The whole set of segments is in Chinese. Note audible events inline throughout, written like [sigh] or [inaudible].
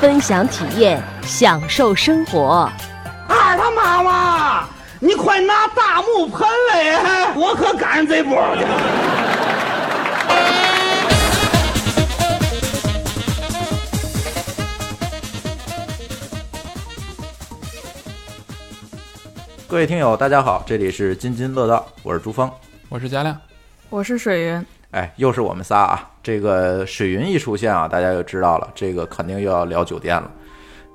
分享体验，享受生活。二他妈妈，你快拿大木盆来，我可赶上这波了。各位听友，大家好，这里是津津乐道，我是朱峰。我是佳亮，我是水云，哎，又是我们仨啊！这个水云一出现啊，大家就知道了，这个肯定又要聊酒店了。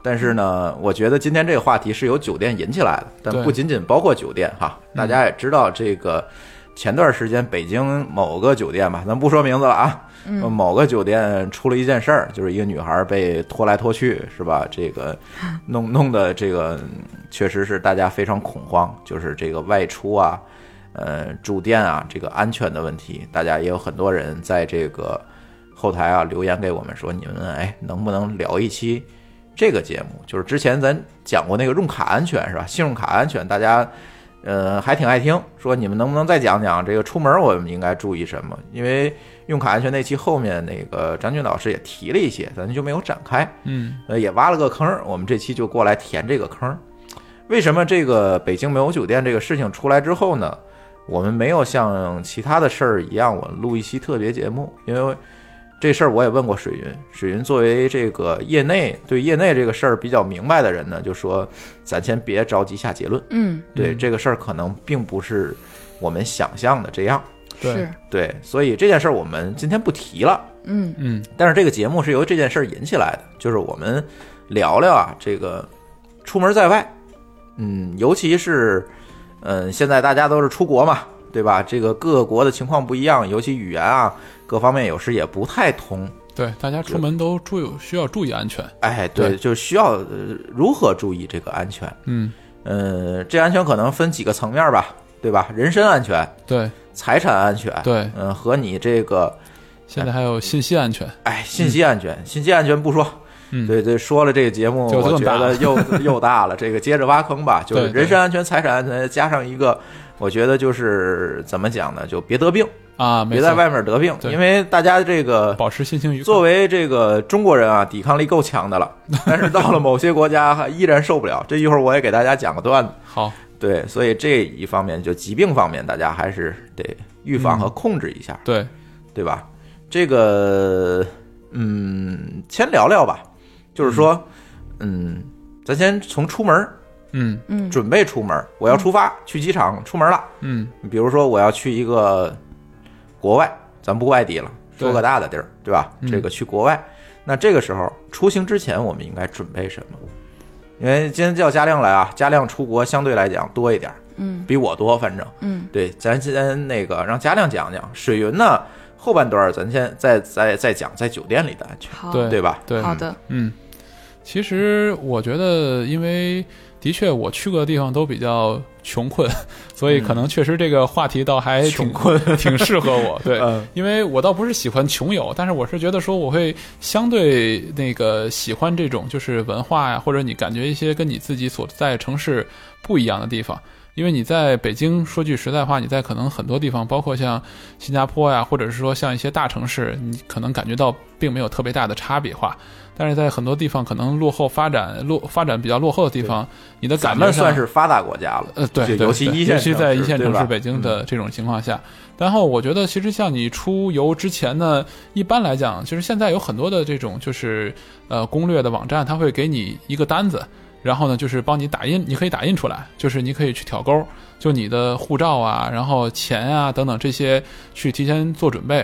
但是呢，我觉得今天这个话题是由酒店引起来的，但对不仅仅包括酒店哈。大家也知道，这个前段时间北京某个酒店吧，咱不说名字了啊，某个酒店出了一件事儿，就是一个女孩被拖来拖去，是吧？这个弄弄的这个确实是大家非常恐慌，就是这个外出啊，呃，住店啊，这个安全的问题，大家也有很多人在这个后台啊留言给我们说，你们哎能不能聊一期这个节目？就是之前咱讲过那个用卡安全是吧？信用卡安全，大家呃还挺爱听，说你们能不能再讲讲这个出门我们应该注意什么？因为用卡安全那期后面那个张军老师也提了一些，咱就没有展开。嗯，呃，也挖了个坑儿，我们这期就过来填这个坑儿。为什么这个北京没有酒店这个事情出来之后呢，我们没有像其他的事儿一样，我录一期特别节目？因为这事儿我也问过水云，水云作为这个业内对业内这个事儿比较明白的人呢，就说咱先别着急下结论，嗯，对嗯这个事儿可能并不是我们想象的这样，对，是，对，所以这件事儿我们今天不提了。嗯嗯，但是这个节目是由这件事儿引起来的，就是我们聊聊啊，这个出门在外，嗯，尤其是嗯，现在大家都是出国嘛，对吧？这个各国的情况不一样，尤其语言啊各方面有时也不太通。对，大家出门都注意需要注意安全。哎，对，对就需要、呃如何注意这个安全？嗯，嗯，这安全可能分几个层面吧，对吧？人身安全、对财产安全，，对，嗯，和你这个哎现在还有信息安全。哎信息安全，信息安全不说，嗯，对对，说了这个节目，就我这么觉大得又 [laughs] 又大了。这个接着挖坑吧，就是对对人身安全、财产安全，加上一个，我觉得就是怎么讲呢？就别得病，啊，没别错在外面得病，对因为大家这个保持心情愉快。作为这个中国人啊，抵抗力够强的 [laughs] 了，但是到了某些国家 [laughs] 还依然受不了。这一会儿我也给大家讲个段子。好，对，所以这一方面就疾病方面，大家还是得预防嗯和控制一下，对，对吧？这个，嗯，先聊聊吧，就是说，嗯，咱先从出门儿嗯嗯，准备出门儿，我要出发去机场出门了。嗯，比如说我要去一个国外，咱不外地了，对说个大的地儿，对吧？嗯这个去国外，那这个时候出行之前我们应该准备什么？因为今天叫嘉亮来啊，嘉亮出国相对来讲多一点儿，嗯比我多，反正嗯，对，咱先那个让嘉亮讲讲水云呢。后半段儿咱先再再再讲在酒店里的安全，好，对对吧？对，好的，嗯，其实我觉得，因为的确我去过的地方都比较穷困，所以可能确实这个话题倒还挺困， [laughs] 挺适合我。 [laughs] 对，嗯因为我倒不是喜欢穷游，但是我是觉得说我会相对那个喜欢这种就是文化呀，或者你感觉一些跟你自己所在城市不一样的地方。因为你在北京，说句实在话，你在可能很多地方，包括像新加坡呀，或者是说像一些大城市，你可能感觉到并没有特别大的差别化。但是在很多地方，可能落后发展落发展比较落后的地方，你的咱感们官上算是发达国家了，呃，对，就对尤其对一线尤其城在市一线对城吧嗯市北京的这种情况下。然后我觉得，其实像你出游之前呢，一般来讲，就是现在有很多的这种就是呃攻略的网站，它会给你一个单子。然后呢，就是帮你打印，你可以打印出来，就是你可以去挑钩，就你的护照啊，然后钱啊等等这些，去提前做准备。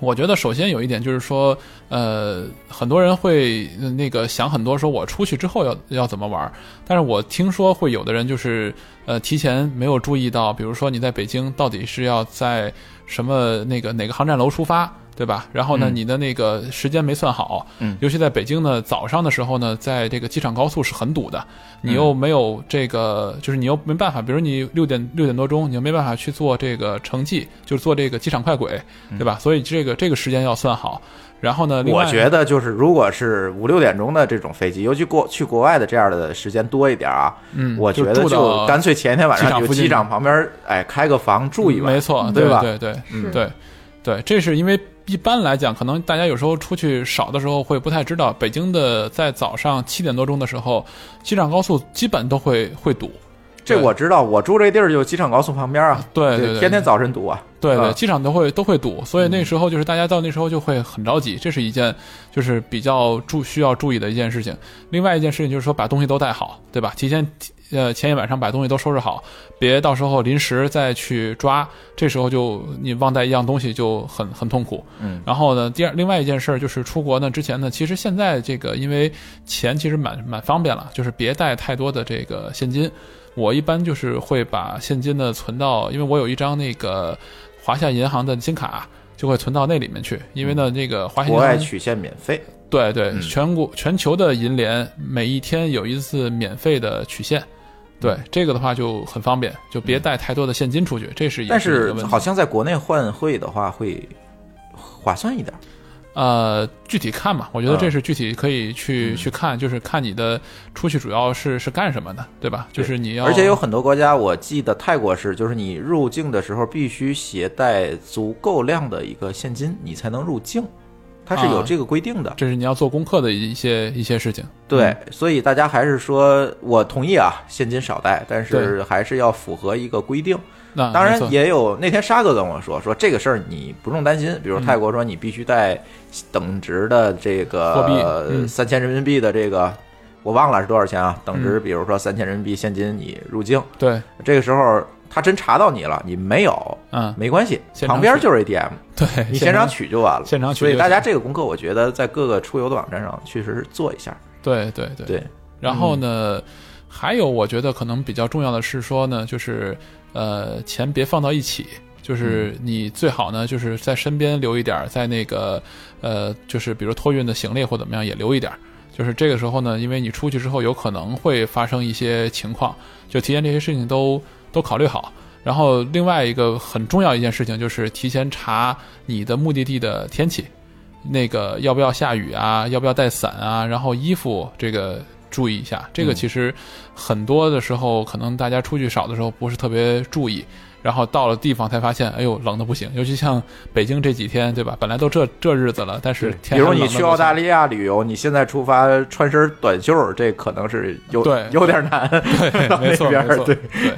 我觉得首先有一点就是说，呃，很多人会呃那个想很多，说我出去之后要要怎么玩儿。但是我听说会有的人就是，呃，提前没有注意到，比如说你在北京到底是要在什么那个哪个航站楼出发，对吧？然后呢，嗯你的那个时间没算好，嗯尤其在北京呢，早上的时候呢，在这个机场高速是很堵的，嗯你又没有这个，就是你又没办法，比如你六点六点多钟，你又没办法去做这个城际，就是做这个机场快轨，嗯对吧？所以这个这个时间要算好。然后呢，另外我觉得就是，如果是五六点钟的这种飞机，尤其国去国外的这样的时间多一点啊，嗯我觉得就住就到干脆前一天晚机上场就附近机场旁边，哎，开个房住一晚，嗯没错，对吧？对对嗯对对，这是因为一般来讲，可能大家有时候出去少的时候会不太知道，北京的在早上七点多钟的时候，机场高速基本都会会堵。这我知道，我住这地儿就机场高速旁边啊，对对就对天天早晨堵啊，对对，啊机场都会都会堵，所以嗯那时候就是大家到那时候就会很着急，这是一件就是比较注需要注意的一件事情。另外一件事情就是说把东西都带好，对吧？提前呃前一晚上把东西都收拾好，别到时候临时再去抓，这时候就你忘带一样东西就很很痛苦。嗯然后呢，第二另外一件事儿就是出国呢之前呢，其实现在这个因为钱其实蛮蛮方便了，就是别带太多的这个现金。我一般就是会把现金呢存到，因为我有一张那个华夏银行的金卡，啊就会存到那里面去。因为呢，这个华夏银国外嗯行取现免费，对对，全国全球的银联每一天有一次免费的取现。对嗯这个的话就很方便，就别带太多的现金出去，这是也但是一是个问题好像在国内换汇的话会划算一点，呃，具体看吧，我觉得嗯这是具体可以去、去看，就是看你的出去主要是是干什么的，对吧？就是你要，而且有很多国家，我记得泰国是，就是你入境的时候必须携带足够量的一个现金，你才能入境，它是有啊这个规定的。这是你要做功课的一些一些事情。对，所以大家还是说我同意啊，现金少带，但是对还是要符合一个规定。那当然没错也有那天沙哥跟我说，说这个事儿你不用担嗯心，比如泰国说你必须带等值的这货币个嗯三千人民币的这个。我忘了是多少钱啊？等嗯值，比如说三千人民币现金，你入境，对，这个时候他真查到你了，你没有，嗯，没关系，现场旁边取就是 ATM， [laughs] 对，你现场取就完了。现场取所以就大家行这个功课，我觉得在各个出游的网站上确实是做一下。对对对。对，嗯然后呢，还有我觉得可能比较重要的是说呢，就是呃，钱别放到一起。嗯就是你最好呢，就是在身边留一点儿，在那个，呃，就是比如托运的行李或怎么样也留一点儿。就是这个时候呢，因为你出去之后有可能会发生一些情况，就提前这些事情都都考虑好。然后另外一个很重要一件事情就是提前查你的目的地的天气，那个要不要下雨啊，要不要带伞啊，然后衣服这个注意一下。这嗯个其实很多的时候，可能大家出去少的时候不是特别注意。然后到了地方才发现，哎呦，冷的不行。尤其像北京这几天，对吧？本来都这这日子了，但是比天还如冷你得去不澳行大利亚旅游，你现在出发穿身短袖，这可能是有对有点难。到 [laughs] 对，没那错，边儿没错，对嗯对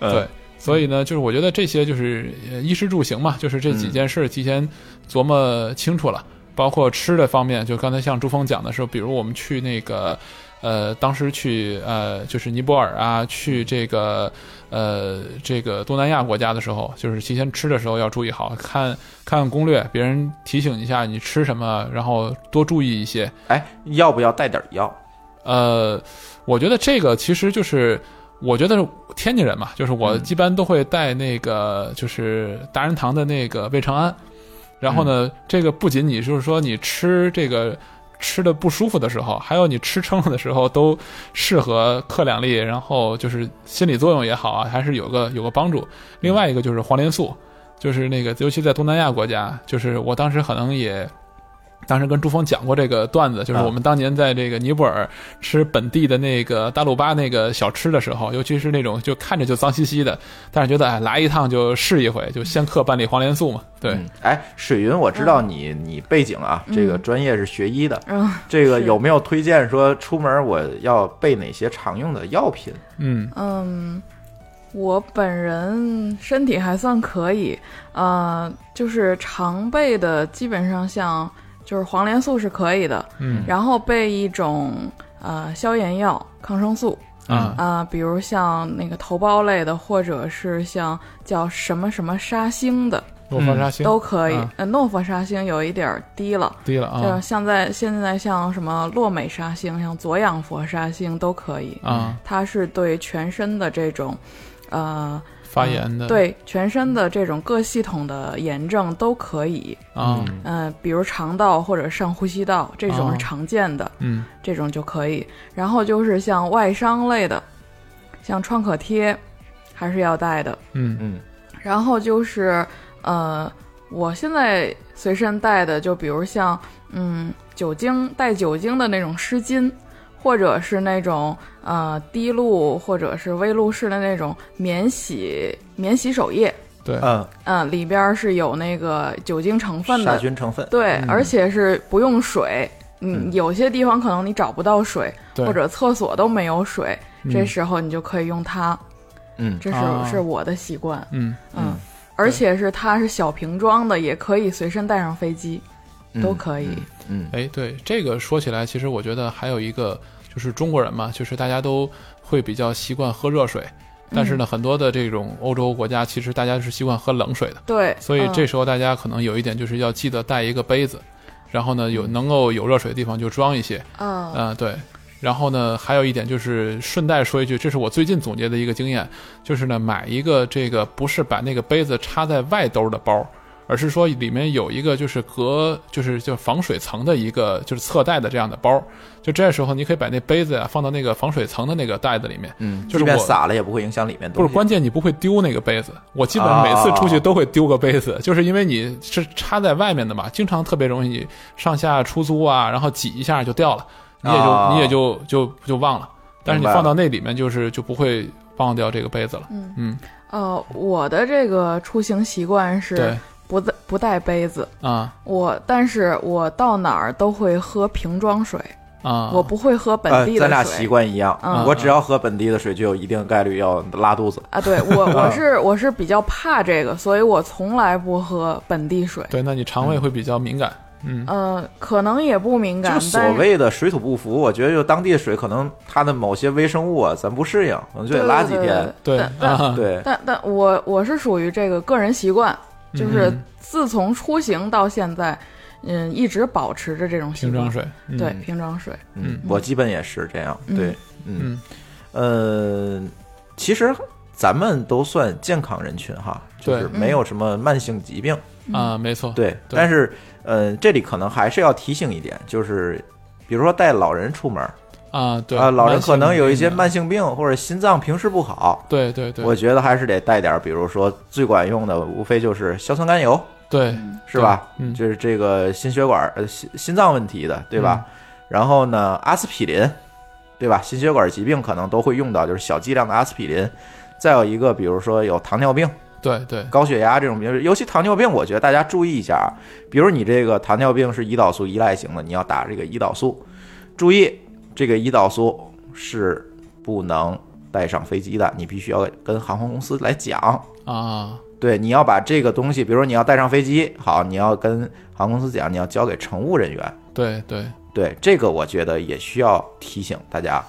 对。所以呢，就是我觉得这些就是呃衣食住行嘛，就是这几件事儿提前琢磨清楚了。包括吃的方面，就刚才像朱峰讲的时候，比如我们去那个，呃，当时去呃，就是尼泊尔啊，去这个呃这个东南亚国家的时候，就是提前吃的时候要注意好，看看攻略，别人提醒一下你吃什么，然后多注意一些。哎，要不要带点药？呃，我觉得这个其实就是，我觉得是天津人嘛，就是我一般都会带那个就是达仁堂的那个胃肠安，然后嗯呢，这个不仅你就是说你吃这个。吃的不舒服的时候，还有你吃撑了的时候，都适合克两粒，然后就是心理作用也好啊，还是有个有个帮助。另外一个就是黄连素，就是那个，尤其在东南亚国家，就是我当时可能也，当时跟朱峰讲过这个段子，就是啊我们当年在这个尼泊尔吃本地的那个大鲁巴那个小吃的时候，尤其是那种就看着就脏兮兮的，但是觉得哎来一趟就试一回，就先嗑半粒黄连素嘛。对，嗯，哎，水云，我知道你嗯你背景啊，这个专业是学医的，嗯，这个是有没有推荐说出门我要备哪些常用的药品？嗯嗯，我本人身体还算可以，呃，就是常备的基本上像就是黄连素是可以的，嗯然后备一种呃消炎药、抗生素啊啊、呃比如像那个头孢类的，或者是像叫什么什么沙星的诺氟沙星都可以。啊呃，诺氟沙星有一点儿低了。低了就啊像在现在像什么洛美沙星、像左氧氟沙星都可以啊它是对全身的这种，呃，发炎的，对全身的这种各系统的炎症都可以。啊，嗯、比如肠道或者上呼吸道这种哦是常见的，嗯这种就可以。然后就是像外伤类的，像创可贴，还是要带的。嗯嗯然后就是呃，我现在随身带的，就比如像嗯酒精带酒精的那种湿巾，或者是那种呃滴露或者是微露式的那种免洗免洗手液，对，嗯，嗯、里边儿是有那个酒精成分杀的，菌嗯成分，对，而且是不用水。嗯，有些地方可能你找不到水，对或者厕所都没有水，嗯这时候你就可以用它。嗯这是、啊是我的习惯。嗯嗯，而且是它是小瓶装的，也可以随身带上飞机，嗯都可以。嗯哎，对这个说起来，其实我觉得还有一个就是中国人嘛，就是大家都会比较习惯喝热水，但是呢，嗯很多的这种欧洲国家其实大家是习惯喝冷水的，对，所以嗯这时候大家可能有一点就是要记得带一个杯子，然后呢，有能够有热水的地方就装一些，嗯、嗯、对。然后呢，还有一点就是顺带说一句，这是我最近总结的一个经验，就是呢，买一个这个不是把那个杯子插在外兜的包，而是说里面有一个就是隔就是就防水层的一个就是侧带的这样的包，就这时候你可以把那杯子啊放到那个防水层的那个袋子里面，嗯，就是即便我洒了也不会影响里面不东是西。关键，你不会丢那个杯子。我基本上每次出去都会丢个杯子，啊就是因为你是插在外面的嘛，经常特别容易上下出租啊，然后挤一下就掉了，你也就、啊你也就就就忘了。但是你明白了放到那里面，就是就不会忘掉这个杯子了。嗯呃，我的这个出行习惯是对不带不带杯子，啊我但是我到哪儿都会喝瓶装水，啊！我不会喝呃本，地咱俩的习水。惯一样，嗯我只要喝本地的水，就有一定概率要拉肚子。啊，对 [laughs] 我我是我是比较怕这个，所以我从来不喝本地水。对，那你肠胃会比较敏感。嗯呃，可能也不敏就感，所但是谓的水土不服，我觉得就当地的水可能它的某些微生物啊，咱不适应，可能就得拉几天。对但但啊，对，但但我我是属于这个个人习惯，就是嗯自从出行到现在，嗯，一直保持着这种习瓶惯。装水。嗯对，瓶装水，嗯，我基本也是这样。对，嗯，呃，其实咱们都算健康人群哈，就是对没有什么慢性疾病。啊，没错。对，但是呃，这里可能还是要提醒一点，就是比如说带老人出门儿啊，对啊，老人可能有一些。慢性慢性病或者心脏平时不好，病的对对对，我觉得还是得带点儿，比如说最管用的无非就是硝酸甘油，对是吧？对嗯就是这个心血管呃心心脏问题的，对嗯吧？然后呢，阿司匹林，对吧？心血管疾病可能都会用到，就是小剂量的阿司匹林。再有一个，比如说有糖尿病、对对高血压这种病，尤其糖尿病，我觉得大家注意一下啊。比如你这个糖尿病是胰岛素依赖型的，你要打这个胰岛素，注意这个胰岛素是不能带上飞机的，你必须要跟航空公司来讲。啊，对，你要把这个东西，比如说你要带上飞机，好，你要跟航空公司讲，你要交给乘务人员。对对对，这个我觉得也需要提醒大家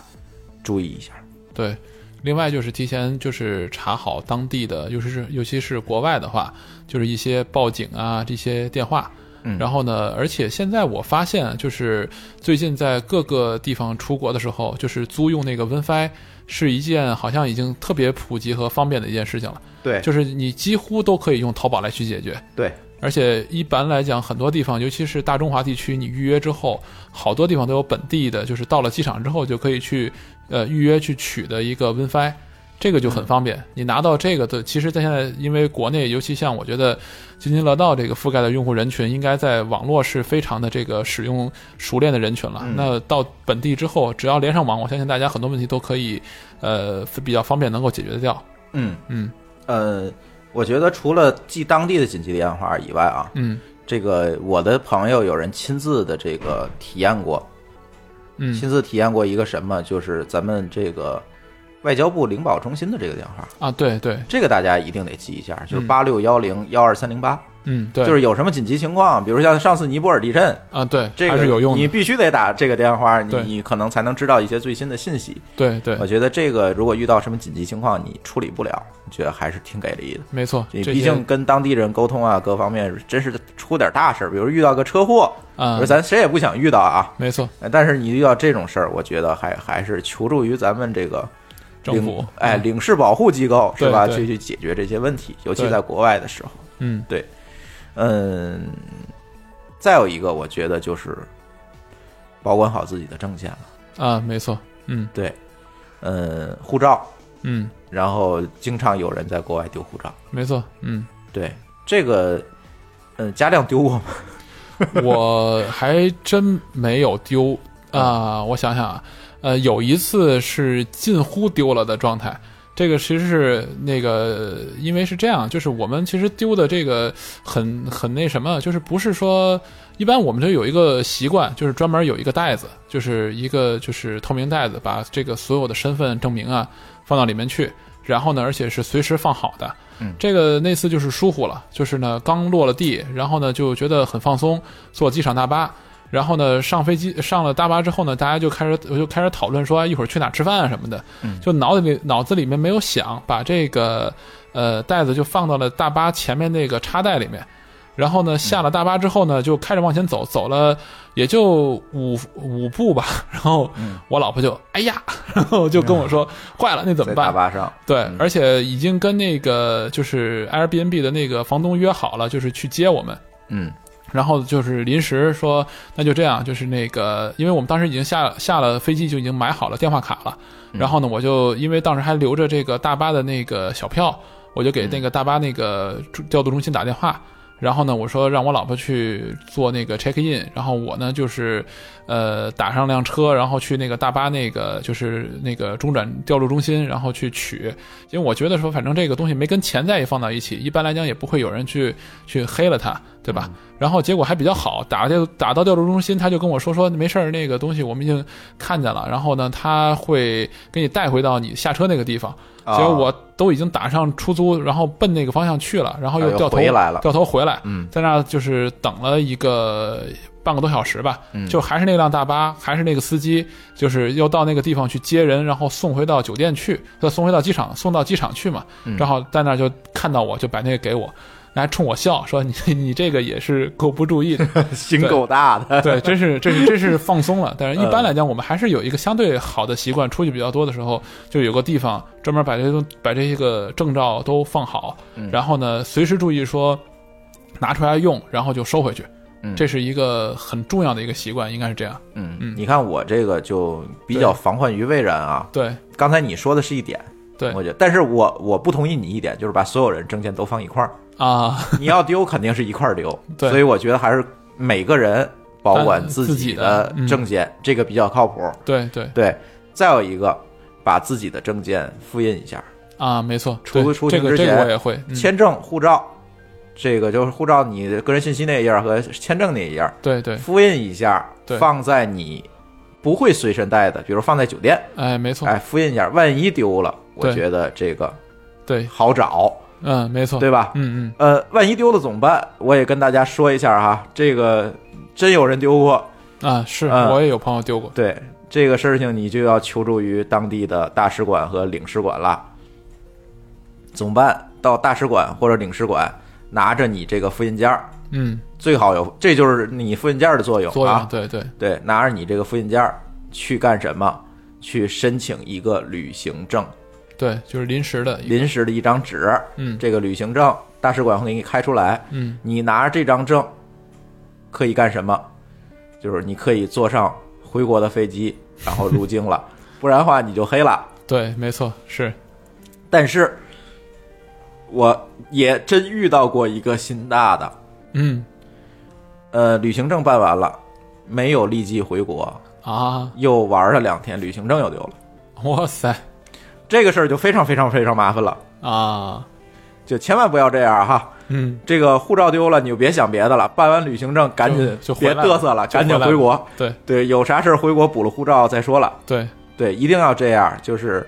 注意一下。对，另外就是提前就是查好当地的，尤其是尤其是国外的话，就是一些报警啊这些电话。嗯然后呢，而且现在我发现，就是最近在各个地方出国的时候，就是租用那个 WiFi 是一件好像已经特别普及和方便的一件事情了。对就是你几乎都可以用淘宝来去解决。对，而且一般来讲，很多地方，尤其是大中华地区，你预约之后，好多地方都有本地的，就是到了机场之后就可以去，呃，预约去取的一个 WiFi，这个就很方便。你拿到这个的，其实，在现在，因为国内，尤其像我觉得津津乐道这个覆盖的用户人群，应该在网络是非常的这个使用熟练的人群了。嗯那到本地之后，只要连上网，我相信大家很多问题都可以，呃，比较方便能够解决得掉。嗯嗯，呃，我觉得除了记当地的紧急电话以外啊，嗯这个我的朋友有人亲自的这个体验过，嗯亲自体验过一个什么，就是咱们这个外交部领保中心的这个电话，啊，对对，这个大家一定得记一下，就是嗯八六幺零幺二三零八，嗯对，就是有什么紧急情况，比如像上次尼泊尔地震。啊，对，这个还是有用你的。必须得打这个电话，你对你可能才能知道一些最新的信息。对对我，觉得这个如果遇到什么紧急情况，你处理不了，我觉得还是挺给力的。没错，你这毕些竟跟当地人沟通啊，各方面真是出点大事儿，比如遇到个车祸，啊比如，咱谁也不想遇到啊。没错，但是你遇到这种事儿，我觉得还还是求助于咱们这个政府领哎领事保护机构是对吧？对去去解决这些问题，尤其对在国外的时候。嗯嗯，再有一个，我觉得就是保管好自己的证件了。啊，没错，嗯对，嗯，护照，嗯，然后经常有人在国外丢护照。没错，嗯，对，这个，嗯，家亮丢过吗？我还真没有丢啊、我想想啊，呃，有一次是近乎丢了的状态。这个其实是那个，因为是这样，就是我们其实丢的这个很很那什么，就是不是说一般我们就有一个习惯，就是专门有一个袋子，就是一个就是透明袋子，把这个所有的身份证明啊放到里面去，然后呢，而且是随时放好的。嗯这个那次就是疏忽了，就是呢刚落了地，然后呢就觉得很放松，坐机场大巴。然后呢，上飞机上了大巴之后呢，大家就开始我就开始讨论说哎一会儿去哪儿吃饭啊什么的，就脑子里脑子里面没有想，把这个呃袋子就放到了大巴前面那个插袋里面。然后呢，下了大巴之后呢，就开始往前走，走了也就五五步吧。然后我老婆就哎呀，然后就跟我说，坏了，那怎么在办大？巴上，对，而且已经跟那个就是 Airbnb 的那个房东约好了，就是去接我们。嗯然后就是临时说，那就这样，就是那个，因为我们当时已经下下了飞机，就已经买好了电话卡了。然后呢，我就因为当时还留着这个大巴的那个小票，我就给那个大巴那个驻调度中心打电话。然后呢，我说让我老婆去做那个 check in，然后我呢就是，呃，打上辆车，然后去那个大巴那个就是那个中转调度中心，然后去取。因为我觉得说，反正这个东西没跟钱在一放到一起，一般来讲也不会有人去去黑了它，对吧？然后结果还比较好，打到打到调度中心，他就跟我说说没事儿，那个东西我们已经看见了，然后呢，他会给你带回到你下车那个地方。结啊果我都已经打上出租，然后奔那个方向去了，然后啊又又掉头回来了掉头回来，嗯在那儿就是等了一个半个多小时吧，嗯就还是那辆大巴，还是那个司机，就是要到那个地方去接人，然后送回到酒店去，再送回到机场，送到机场去嘛。嗯然后在那儿就看到我，就把那个给我，还冲我笑说你 [laughs] 你这个也是够不注意的， [laughs] 心够大的。 [laughs] 对，真是这是这是放松了。但是一嗯般来讲，我们还是有一个相对好的习惯，出去比较多的时候，就有个地方专门把这些东把这些个证照都放好，嗯然后呢，随时注意说拿出来用，然后就收回去。嗯这是一个很重要的一个习惯，应该是这样。嗯嗯，你看我这个就比较防患于未然啊。对刚才你说的是一点，对我觉得，但是我我不同意你一点，就是把所有人证件都放一块儿。啊，你要丢肯定是一块儿丢， [laughs] 对所以我觉得还是每个人保管自己的嗯证件，这个比较靠谱。 [laughs] 对对对，再有一个，把自己的证件复印一下，啊，没错。出对出这行个之这前个我也会。嗯签证、护照，这个就是护照你的个人信息那一页儿和签证那一页儿，嗯对对，复印一下，对放在你不会随身带的，比如放在酒店，哎，没错，哎，复印一下，万一丢了，我对觉得这个对，好找，嗯，没错，对吧？嗯嗯，呃，万一丢了怎么办？我也跟大家说一下哈，这个真有人丢过，啊，是嗯我也有朋友丢过，对这个事情，你就要求助于当地的大使馆和领事馆啦。怎么办？到大使馆或者领事馆拿着你这个复印件儿，嗯，最好有，这就是你复印件儿的作用作啊用，。对对，对，拿着你这个复印件儿去干什么？去申请一个旅行证，对，就是临时的一个，临时的一张纸。嗯这个旅行证，大使馆会给你开出来。嗯，你拿着这张证可以干什么？就是你可以坐上回国的飞机，然后入境了，不然的话你就黑了。对，没错，是但是，我也真遇到过一个心大的，嗯呃，旅行证办完了，没有立即回国，啊，又玩了两天，旅行证又丢了。哇塞这个事儿就非常非常非常麻烦了，啊，就千万不要这样哈。嗯，这个护照丢了，你就别想别的了，办完旅行证赶紧嗯就就回别来嘚瑟了，就赶紧回来回了国。对对，有啥事儿回国补了护照再说了。对，对，一定要这样，就是，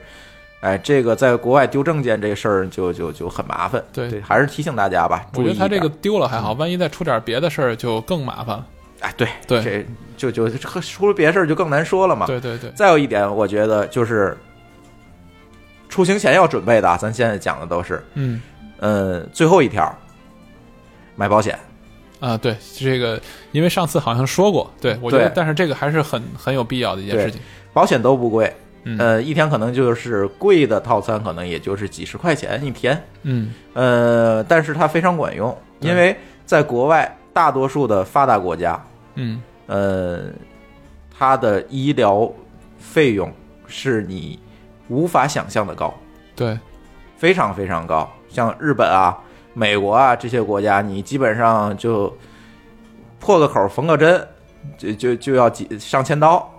哎，这个在国外丢证件这事儿就就就很麻烦。对还是提醒大家吧，我觉得他注意这一个点嗯丢了还好，万一再出点别的事儿就更麻烦了。哎，对对这就就这出了别事儿就更难说了嘛。对对对，再有一点，我觉得就是出行前要准备的啊，咱现在讲的都是，嗯嗯，最后一条，买保险。啊，对这个，因为上次好像说过，对我觉得嗯对，但是这个还是很很有必要的一件对事情。保险都不贵，呃，一天可能就是贵的套餐，可能也就是几十块钱一天，嗯呃，但是它非常管用，因为在国外大多数的发达国家，嗯呃，它的医疗费用是你无法想象的高，对，非常非常高。像日本啊、美国啊这些国家，你基本上就破个口缝个针，就就就要几上千刀，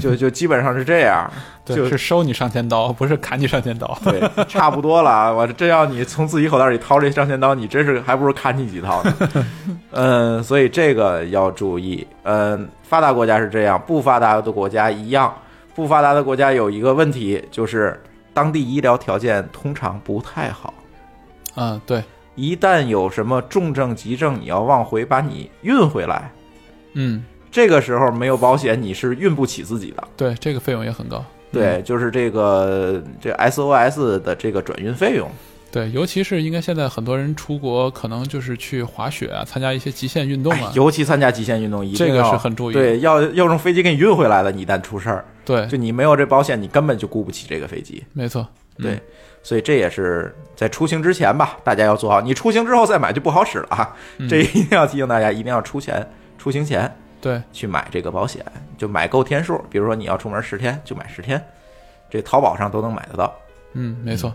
就就基本上是这样。对，就是收你上千刀， [laughs] 不是砍你上千 [laughs] 刀。对，差不多了啊！我真要你从自己口袋里掏这上千刀，你真是还不如砍你几刀呢。嗯，所以这个要注意。嗯，发达国家是这样，不发达的国家一样。不发达的国家有一个问题，就是当地医疗条件通常不太好。嗯，对，一旦有什么重症急症，你要往回把你运回来，嗯，这个时候没有保险，你是运不起自己的。对，这个费用也很高。对，就是这个这 SOS 的这个转运费用。对，尤其是应该现在很多人出国，可能就是去滑雪啊，参加一些极限运动哎啊。尤其参加极限运动，一定这个要是很注意哎对，要要用飞机给你运回来的，你一旦出事儿，对就，你没有这保险，你根本就雇不起这个飞机。没错。对，所以这也是在出行之前吧，大家要做好。你出行之后再买就不好使了啊！嗯这一定要提醒大家，一定要出钱，出行前对，去买这个保险，就买够天数。比如说你要出门十天，就买十天，这淘宝上都能买得到。嗯，没错。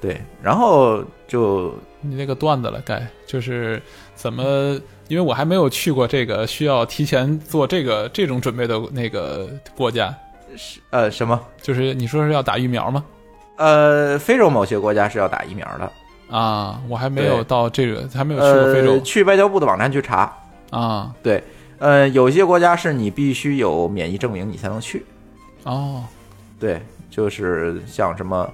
对，然后就你那个段子了，该就是怎么？嗯因为我还没有去过这个需要提前做这个这种准备的那个国家，呃什么就是你说是要打疫苗吗？呃，非洲某些国家是要打疫苗的，啊，我还没有对到这个，还没有去过非呃，洲、去外交部的网站去查，啊。对，呃，有些国家是你必须有免疫证明你才能去。哦，对，就是像什么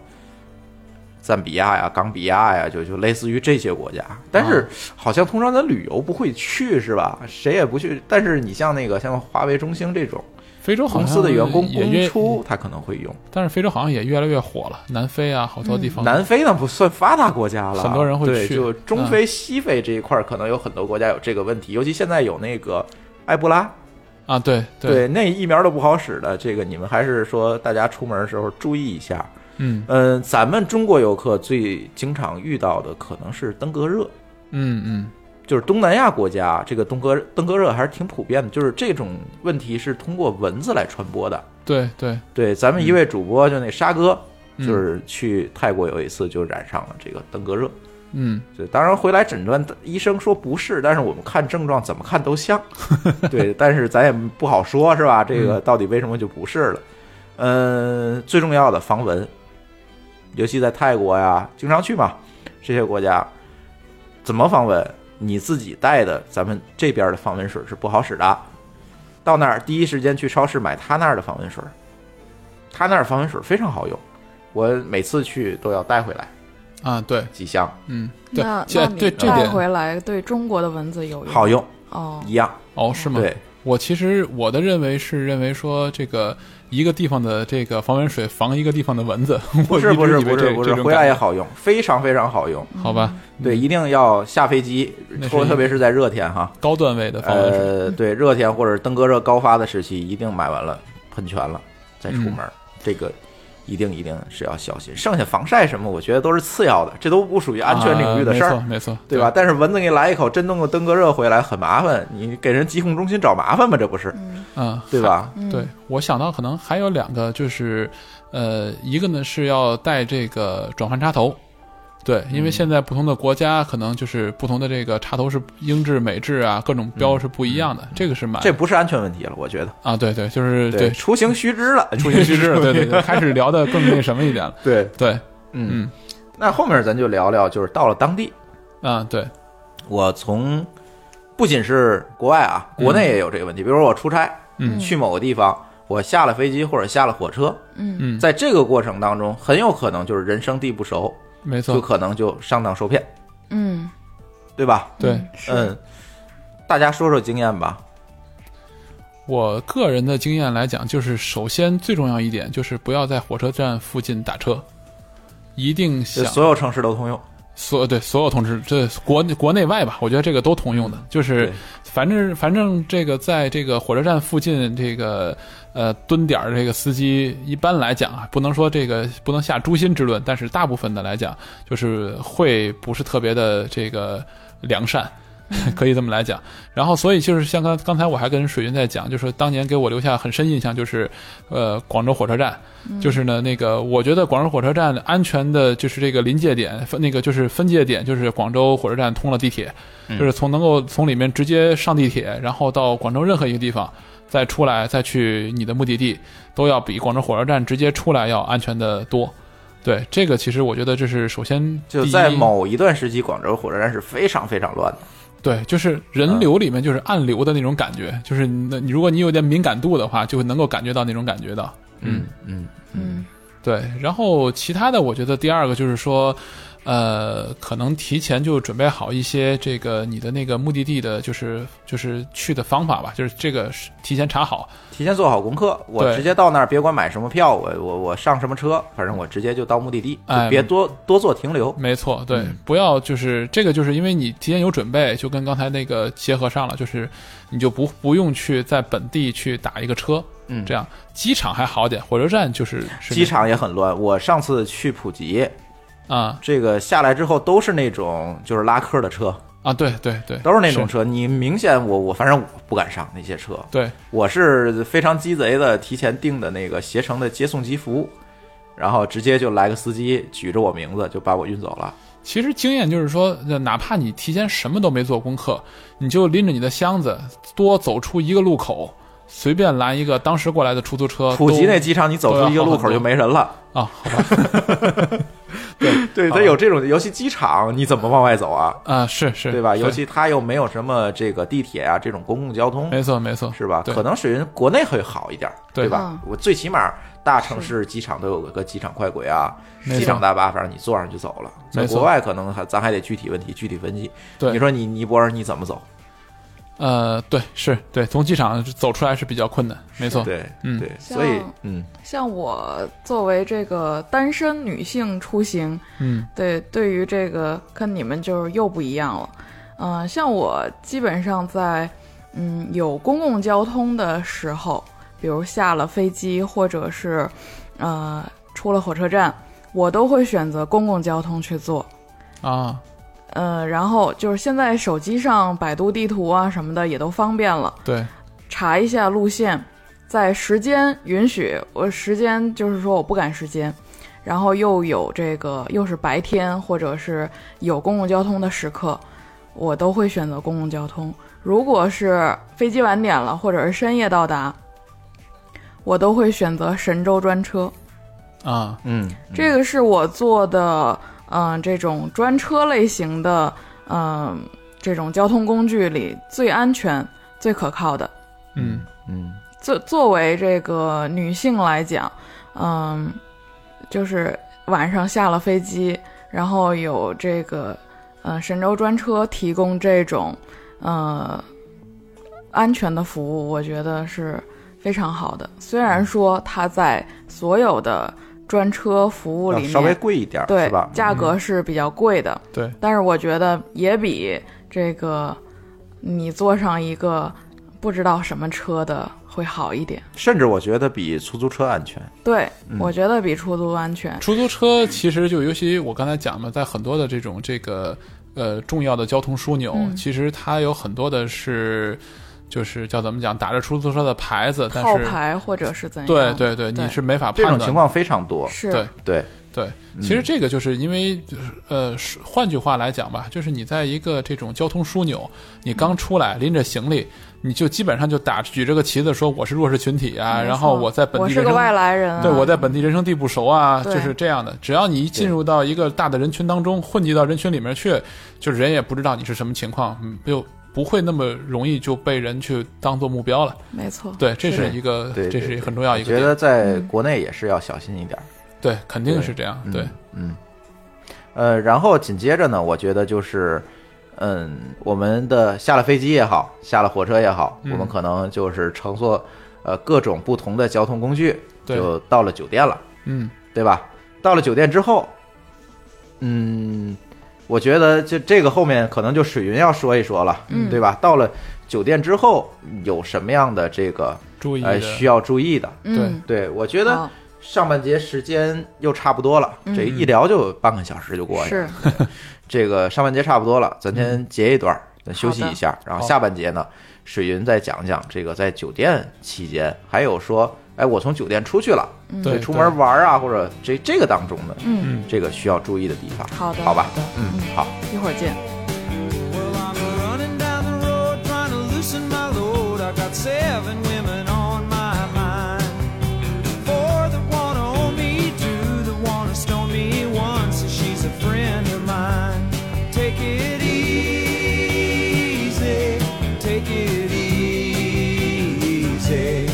赞比亚呀、冈比亚呀，就就类似于这些国家。但啊是好像通常咱旅游不会去是吧？谁也不去。但是你像那个像华为、中兴这种非洲好公像司的员工也公越，出，他可能会用。但是非洲好像也越来越火了，南非啊，好多地嗯方。南非那不算发达国家了，很多人会对去啊就中非、西非这一块，可能有很多国家有这个问题，尤其现在有那个埃博拉。啊，对对，那疫苗都不好使的，这个你们还是说大家出门的时候注意一下。嗯嗯，咱们中国游客最经常遇到的可能是登革热，嗯嗯，就是东南亚国家这个登革登革热还是挺普遍的，就是这种问题是通过蚊子来传播的。对对，对，咱们一位主播就那沙哥，嗯就是去泰国有一次就染上了这个登革热。嗯对，当然回来诊断，医生说不是，但是我们看症状怎么看都 [laughs] 像。对，但是咱也不好说，是吧？这个到底为什么就不是了？嗯，最重要的防蚊，尤其在泰国呀，经常去嘛，这些国家怎么防蚊？你自己带的，咱们这边的防蚊水是不好使的。到那儿第一时间去超市买他那儿的防蚊水，他那儿防蚊水非常好用，我每次去都要带回来啊，对，几箱，嗯对那，这那你对这带点回来对中国的蚊子有用好用哦，一样。哦是吗？对，我其实我的认为是认为说这个一个地方的这个防蚊水防一个地方的蚊子， [laughs] 不不是不是不是不嗯是，回来也，好用，非常非常好用。这种感觉好吧？对，一定要下飞机嗯那，是说一特别是在热天哈，高段位的防蚊水，呃，对热天或者登革热高发的时期，一定买完了喷泉了再出嗯门，这个一定一定是要小心。剩下防晒什么，我觉得都是次要的，这都不属于安全领域的事啊儿，没错没错，对吧？？但是蚊子给你来一口，真弄个登革热回来很麻烦，你给人疾控中心找麻烦吧，这不是嗯，对吧？对，我想到可能还有两个，就是，呃，一个呢是要带这个转换插头，对，嗯因为现在不同的国家可能就是不同的这个插头是英制、美制啊，各种标是不一样的，这个是买嗯这不是安全问题了，我觉得。啊，对对，就是对， [laughs] 出行须知了，出现须知了，对对对，开始聊的更那什么一点了， [laughs] 对，对，嗯嗯，那后面咱就聊聊，就是到了当地，啊对，我从不仅是国外啊，国内也有这个问题。比如说我出差，嗯去某个地方，我下了飞机或者下了火车，嗯嗯，在这个过程当中，很有可能就是人生地不熟，没就错，可能就上当受骗，嗯，对吧？对是嗯，大家说说经验吧。我个人的经验来讲，就是首先最重要一点就是不要在火车站附近打车，一定这想所有城市都通用，所对所有同志，这国国内外吧，我觉得这个都通用的，就是嗯对反正反正这个在这个火车站附近这个呃蹲点儿这个司机，一般来讲啊，不能说这个不能下诛心之论，但是大部分的来讲，就是会不是特别的这个良善。 [laughs] 可以这么来讲，然后所以就是像刚刚才我还跟水军在讲，就是说当年给我留下很深印象就是，呃，广州火车站，就是呢，那个我觉得广州火车站安全的就是这个临界点，分那个就是分界点，就是广州火车站通了地铁，嗯就是从能够从里面直接上地铁，然后到广州任何一个地方，再出来再去你的目的地，都要比广州火车站直接出来要安全的多。对，这个其实我觉得这是首先就第一在某一段时期，广州火车站是非常非常乱的。对，就是人嗯流里面就是暗流的那种感觉，就是你的你如果你有点敏感度的话，就会能够感觉到那种感觉到。嗯嗯，嗯对，然后其他的，我觉得第二个就是说，呃，可能提前就准备好一些这个你的那个目的地的，就是就是去的方法吧，就是这个是提前查好。提前做好功课，我对直接到那儿，别管买什么票，我我我上什么车，反正我直接就到目的地，哎就别多多做停留。没错，对，嗯不要就是这个，就是因为你提前有准备，就跟刚才那个结合上了，就是你就不不用去在本地去打一个车，嗯这样机场还好点，火车站就是是机场也很乱，我上次去普吉，啊这个下来之后都是那种就是拉客的车，啊，对对对，都是那种车，你明显我我反正我不敢上那些车，对，我是非常鸡贼的，提前订的那个携程的接送机服务，然后直接就来个司机举着我名字就把我运走了。其实经验就是说，呃哪怕你提前什么都没做功课，你就拎着你的箱子多走出一个路口，随便拦一个当时过来的出租车。普吉哦都那机场，你走出一个路口就没人了。啊，好吧，哦对，它有这种，尤其机场，你怎么往外走啊？啊、是是，对吧？是尤其它又没有什么这个地铁啊这种公共交通，没错没错，是吧？对可能水云国内会好一点，对对吧？嗯我最起码大城市机场都有个机场快轨啊，没错机场大巴，反正你坐上就走了。在没错国外可能还咱还得具体问题具体分析。对你说你尼泊尔你怎么走？呃，对是对，从机场走出来是比较困难，没错，对，嗯对，像所以嗯，像我作为这个单身女性出行，嗯对，对于这个跟你们就是又不一样了。嗯、像我基本上在嗯有公共交通的时候，比如下了飞机或者是呃出了火车站，我都会选择公共交通去坐。啊，呃，然后就是现在手机上百度地图啊什么的也都方便了，对，查一下路线，在时间允许，我时间就是说我不赶时间，然后又有这个又是白天或者是有公共交通的时刻，我都会选择公共交通。如果是飞机晚点了，或者是深夜到达，我都会选择神州专车。啊，嗯，这个是我坐的，嗯、这种专车类型的，嗯、这种交通工具里最安全、最可靠的。嗯嗯，作作为这个女性来讲，嗯，就是晚上下了飞机，然后有这个呃神州专车提供这种呃安全的服务，我觉得是非常好的。虽然嗯说它在所有的专车服务要里面稍微贵一点儿对是吧？嗯价格是比较贵的，对，但是我觉得也比这个你坐上一个不知道什么车的会好一点。嗯甚至我觉得比出租车安全。对，嗯我觉得比出租安全。出租车其实就尤其我刚才讲嘛，在很多的这种这个呃重要的交通枢纽，嗯其实它有很多的是就是叫怎么讲，打着出租车的牌子，但套是牌或者是怎样？对对对，对你是没法这判种断情况非嗯常多。是对。对，对，其实这个就是因为，呃，是换句话来讲吧，就是你在一个这种交通枢纽，你嗯刚出来拎着行李，你就基本上就打举着个旗子说我是弱势群体啊，没错然后我在本我地是人个生外来人、啊，对，我在本地人生地不熟啊，对就是这样的。只要你一进入到一个大的人群当中，混迹到人群里面去，就是人也不知道你是什么情况，嗯就不会那么容易就被人去当做目标了。没错，对，这是是一个，对，这对是对很重要一我个觉点。得在嗯国内也是要小心一点儿。对，肯定对是这样。嗯对，嗯，呃，然后紧接着呢，我觉得就是，嗯，我们的下了飞机也好，下了火车也好，嗯我们可能就是乘坐呃各种不同的交通工具，对就到了酒店了，嗯，对吧？到了酒店之后，嗯，我觉得就这个后面可能就水云要说一说了，嗯对吧？到了酒店之后有什么样的这个注意呃的需要注意的？嗯，对我觉得好嗯上半节时间又差不多了，这嗯一聊就半个小时就过去了。是这个上半节差不多了，咱嗯先截一段儿，咱休息一下，然后好下半节呢，水云再讲讲这个在酒店期间，还有说，哎，我从酒店出去了，对，出门玩啊，或者这这个当中的，嗯，这个需要注意的地方。好的好吧好的，嗯，好，一会儿见。 Well, I'm running down the road trying to loosen my load. I got seven women on my mind. Four that wanna own me, two that wanna stone me, one says she's a friend of mine. Take it easy, take it easy.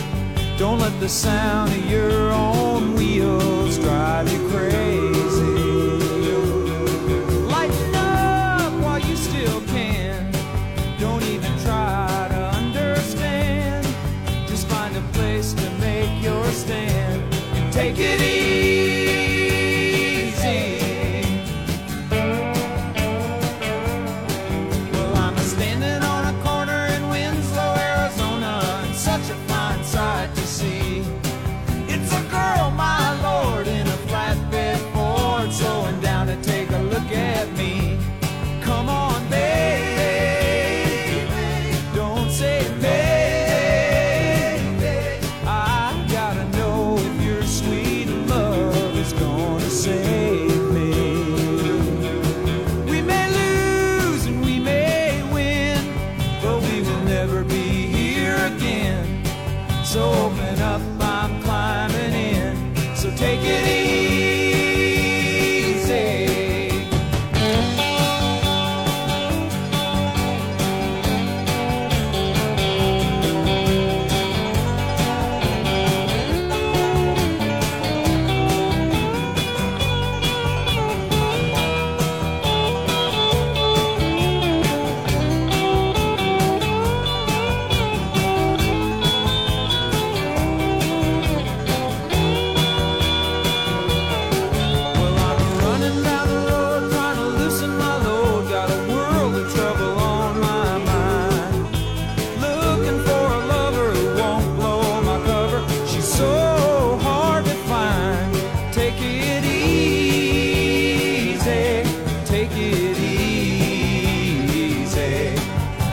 Don't let the sound of your own wheels drive you crazy. Lighten up while you still can. Don't even try to understand. Just find a place to make your stand and take it easy. Well, I'm standing on a corner in Winslow, Arizona, and such a fine sight to see. It's a girl, my lord, in a flatbed Ford, slowing down to take a look at me. Come on, baby, don't say baby. I gotta know if your sweet love is gonna save me. We may lose and we may win, but we will never be here again. So open up, I'm climbing in. So take it easy. Well, I'm running down the road trying to loosen my load. Got a world of trouble on my mind. Looking for a lover who won't blow my cover. She's so hard to find. Take it easy. Take it easy.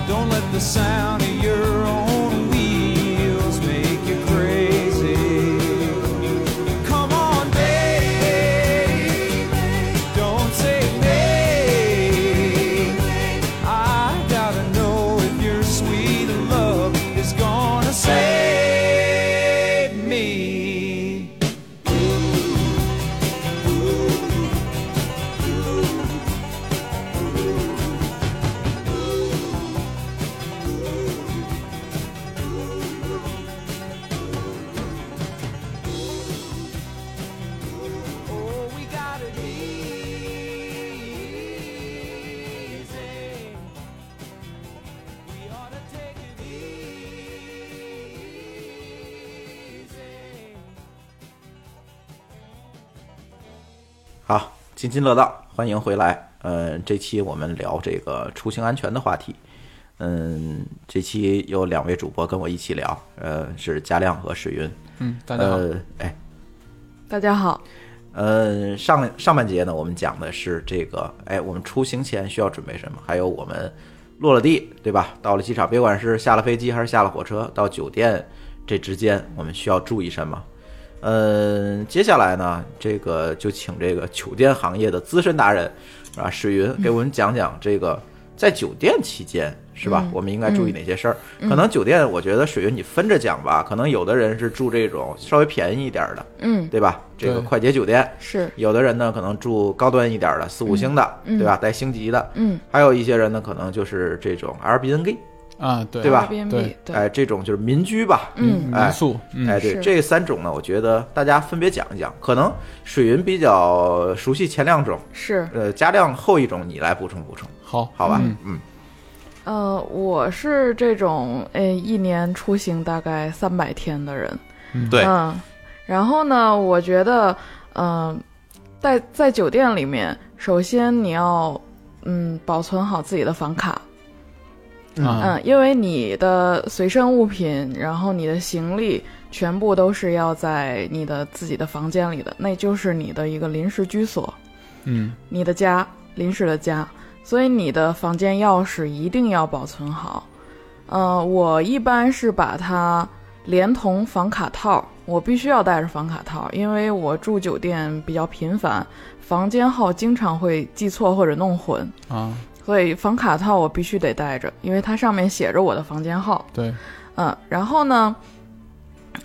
Don't let the sound of your own wheels make you crazy. Come on, baby. Don't say baby. I gotta know if your sweet love is gonna save me. Oh, we got it easy. We ought to take it easy. 好，津津乐道，欢迎回来。嗯，这期我们聊这个出行安全的话题。嗯，这期有两位主播跟我一起聊，呃，是佳亮和水云。嗯，大家好，呃，哎，大家好，呃，上上半节呢，我们讲的是这个，哎，我们出行前需要准备什么，还有我们落了地，对吧？到了机场，别管是下了飞机还是下了火车，到酒店这之间，我们需要注意什么？嗯，接下来呢，这个就请这个酒店行业的资深达人啊，水云给我们讲讲这个在酒店期间是吧？我们应该注意哪些事儿？可能酒店，我觉得水云你分着讲吧，可能有的人是住这种稍微便宜一点儿的，嗯，对吧？这个对快捷酒店，是，有的人呢可能住高端一点的四五星的，对吧？带星级的，嗯，还有一些人呢可能就是这种 Airbnb，啊，对对吧 Airbnb 对对，哎，这种就是民居吧，嗯哎民宿，嗯，哎，对，是这三种呢，我觉得大家分别讲一讲。可能水云比较熟悉前两种，是，呃，加量后一种你来补充补充，好，好吧嗯？嗯，呃，我是这种呃一年出行大概三百天的人，对嗯，然后呢，我呃觉得，嗯、在在酒店里面，首先你要嗯保存好自己的房卡，啊，嗯，因为你的随身物品，然后你的行李，全部都是要在你的自己的房间里的，那就是你的一个临时居所，嗯你的家，临时的家，所以你的房间钥匙一定要保存好。呃，我一般是把它连同房卡套，我必须要带着房卡套，因为我住酒店比较频繁，房间号经常会记错或者弄混。啊，所以房卡套我必须得带着，因为它上面写着我的房间号。对，嗯，然后呢，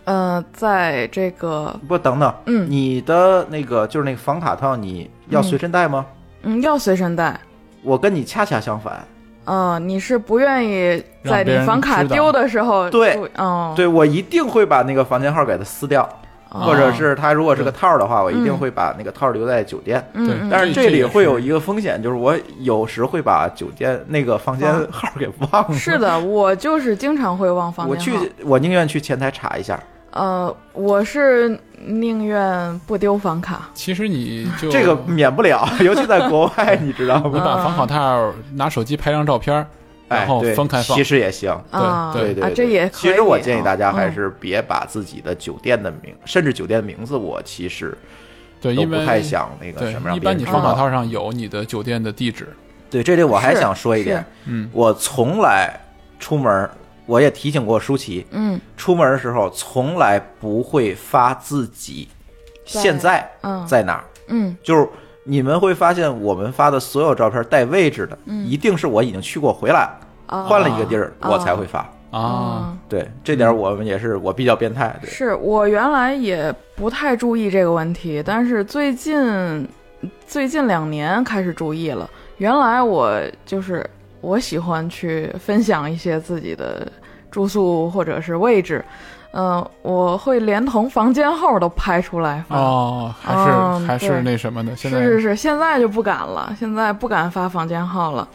呃，在这个不，等等，嗯你的那个就是那个房卡套，你要随身带吗？嗯要随身带，我跟你恰恰相反，呃，你是不愿意在让别你人房卡知道丢的时候对注意，嗯，对我一定会把那个房间号给它撕掉，哦或者是它如果是个套儿的话，我一定会把那个套儿留在酒店。嗯对嗯但是这这里也会是有一个风险，就是我有时会把酒店那个房间忘号儿给忘了。嗯是的，我就是经常会忘房我间号。去，我宁愿去前台查一下。呃，我是宁愿不丢房卡。其实你就这个嗯免不了， [laughs] 尤其在国 [laughs] 外，你知道你吗？把房卡套拿手机拍张照片儿，哎嗯然，后对分开放其，实也行。啊，对对对啊，对这也可以。其实我建议大家还嗯是别把自己的酒店的名，甚至酒店名字，我其实对，都因不为太想那个对什么让一别般人你知房卡道。套上有你的酒店的地址，对，这里我还是想说一是点，嗯我从来出门，我也提醒过舒淇，嗯出门的时候从来不会发自己在现在嗯在哪儿，嗯就是你们会发现我们发的所有照片带位置的，嗯一定是我已经去过回来了，啊，换了一个地儿我才会发。啊，嗯对，这点我们也是我比较变态，对，是我原来也不太注意这个问题，但是最近最近两年开始注意了。原来我就是我喜欢去分享一些自己的住宿或者是位置，嗯、我会连同房间号都拍出来发。哦，还是、嗯还对是那什么的，现在是是是，现在就不敢了，现在不敢发房间号了。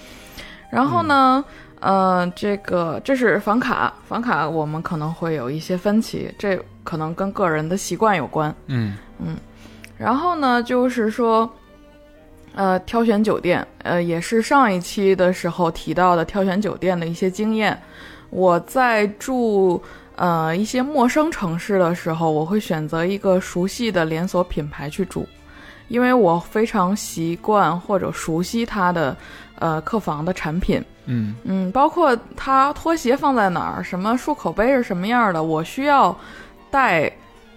然后呢，呃，这个这是房卡，房卡我们可能会有一些分歧，这可能跟个人的习惯有关。嗯然后呢，就是说，呃，挑选酒店，呃，也是上一期的时候提到的挑选酒店的一些经验。我在住呃一些陌生城市的时候，我会选择一个熟悉的连锁品牌去住，因为我非常习惯或者熟悉它的呃客房的产品。嗯嗯，包括它拖鞋放在哪儿，什么漱口杯是什么样的，我需要带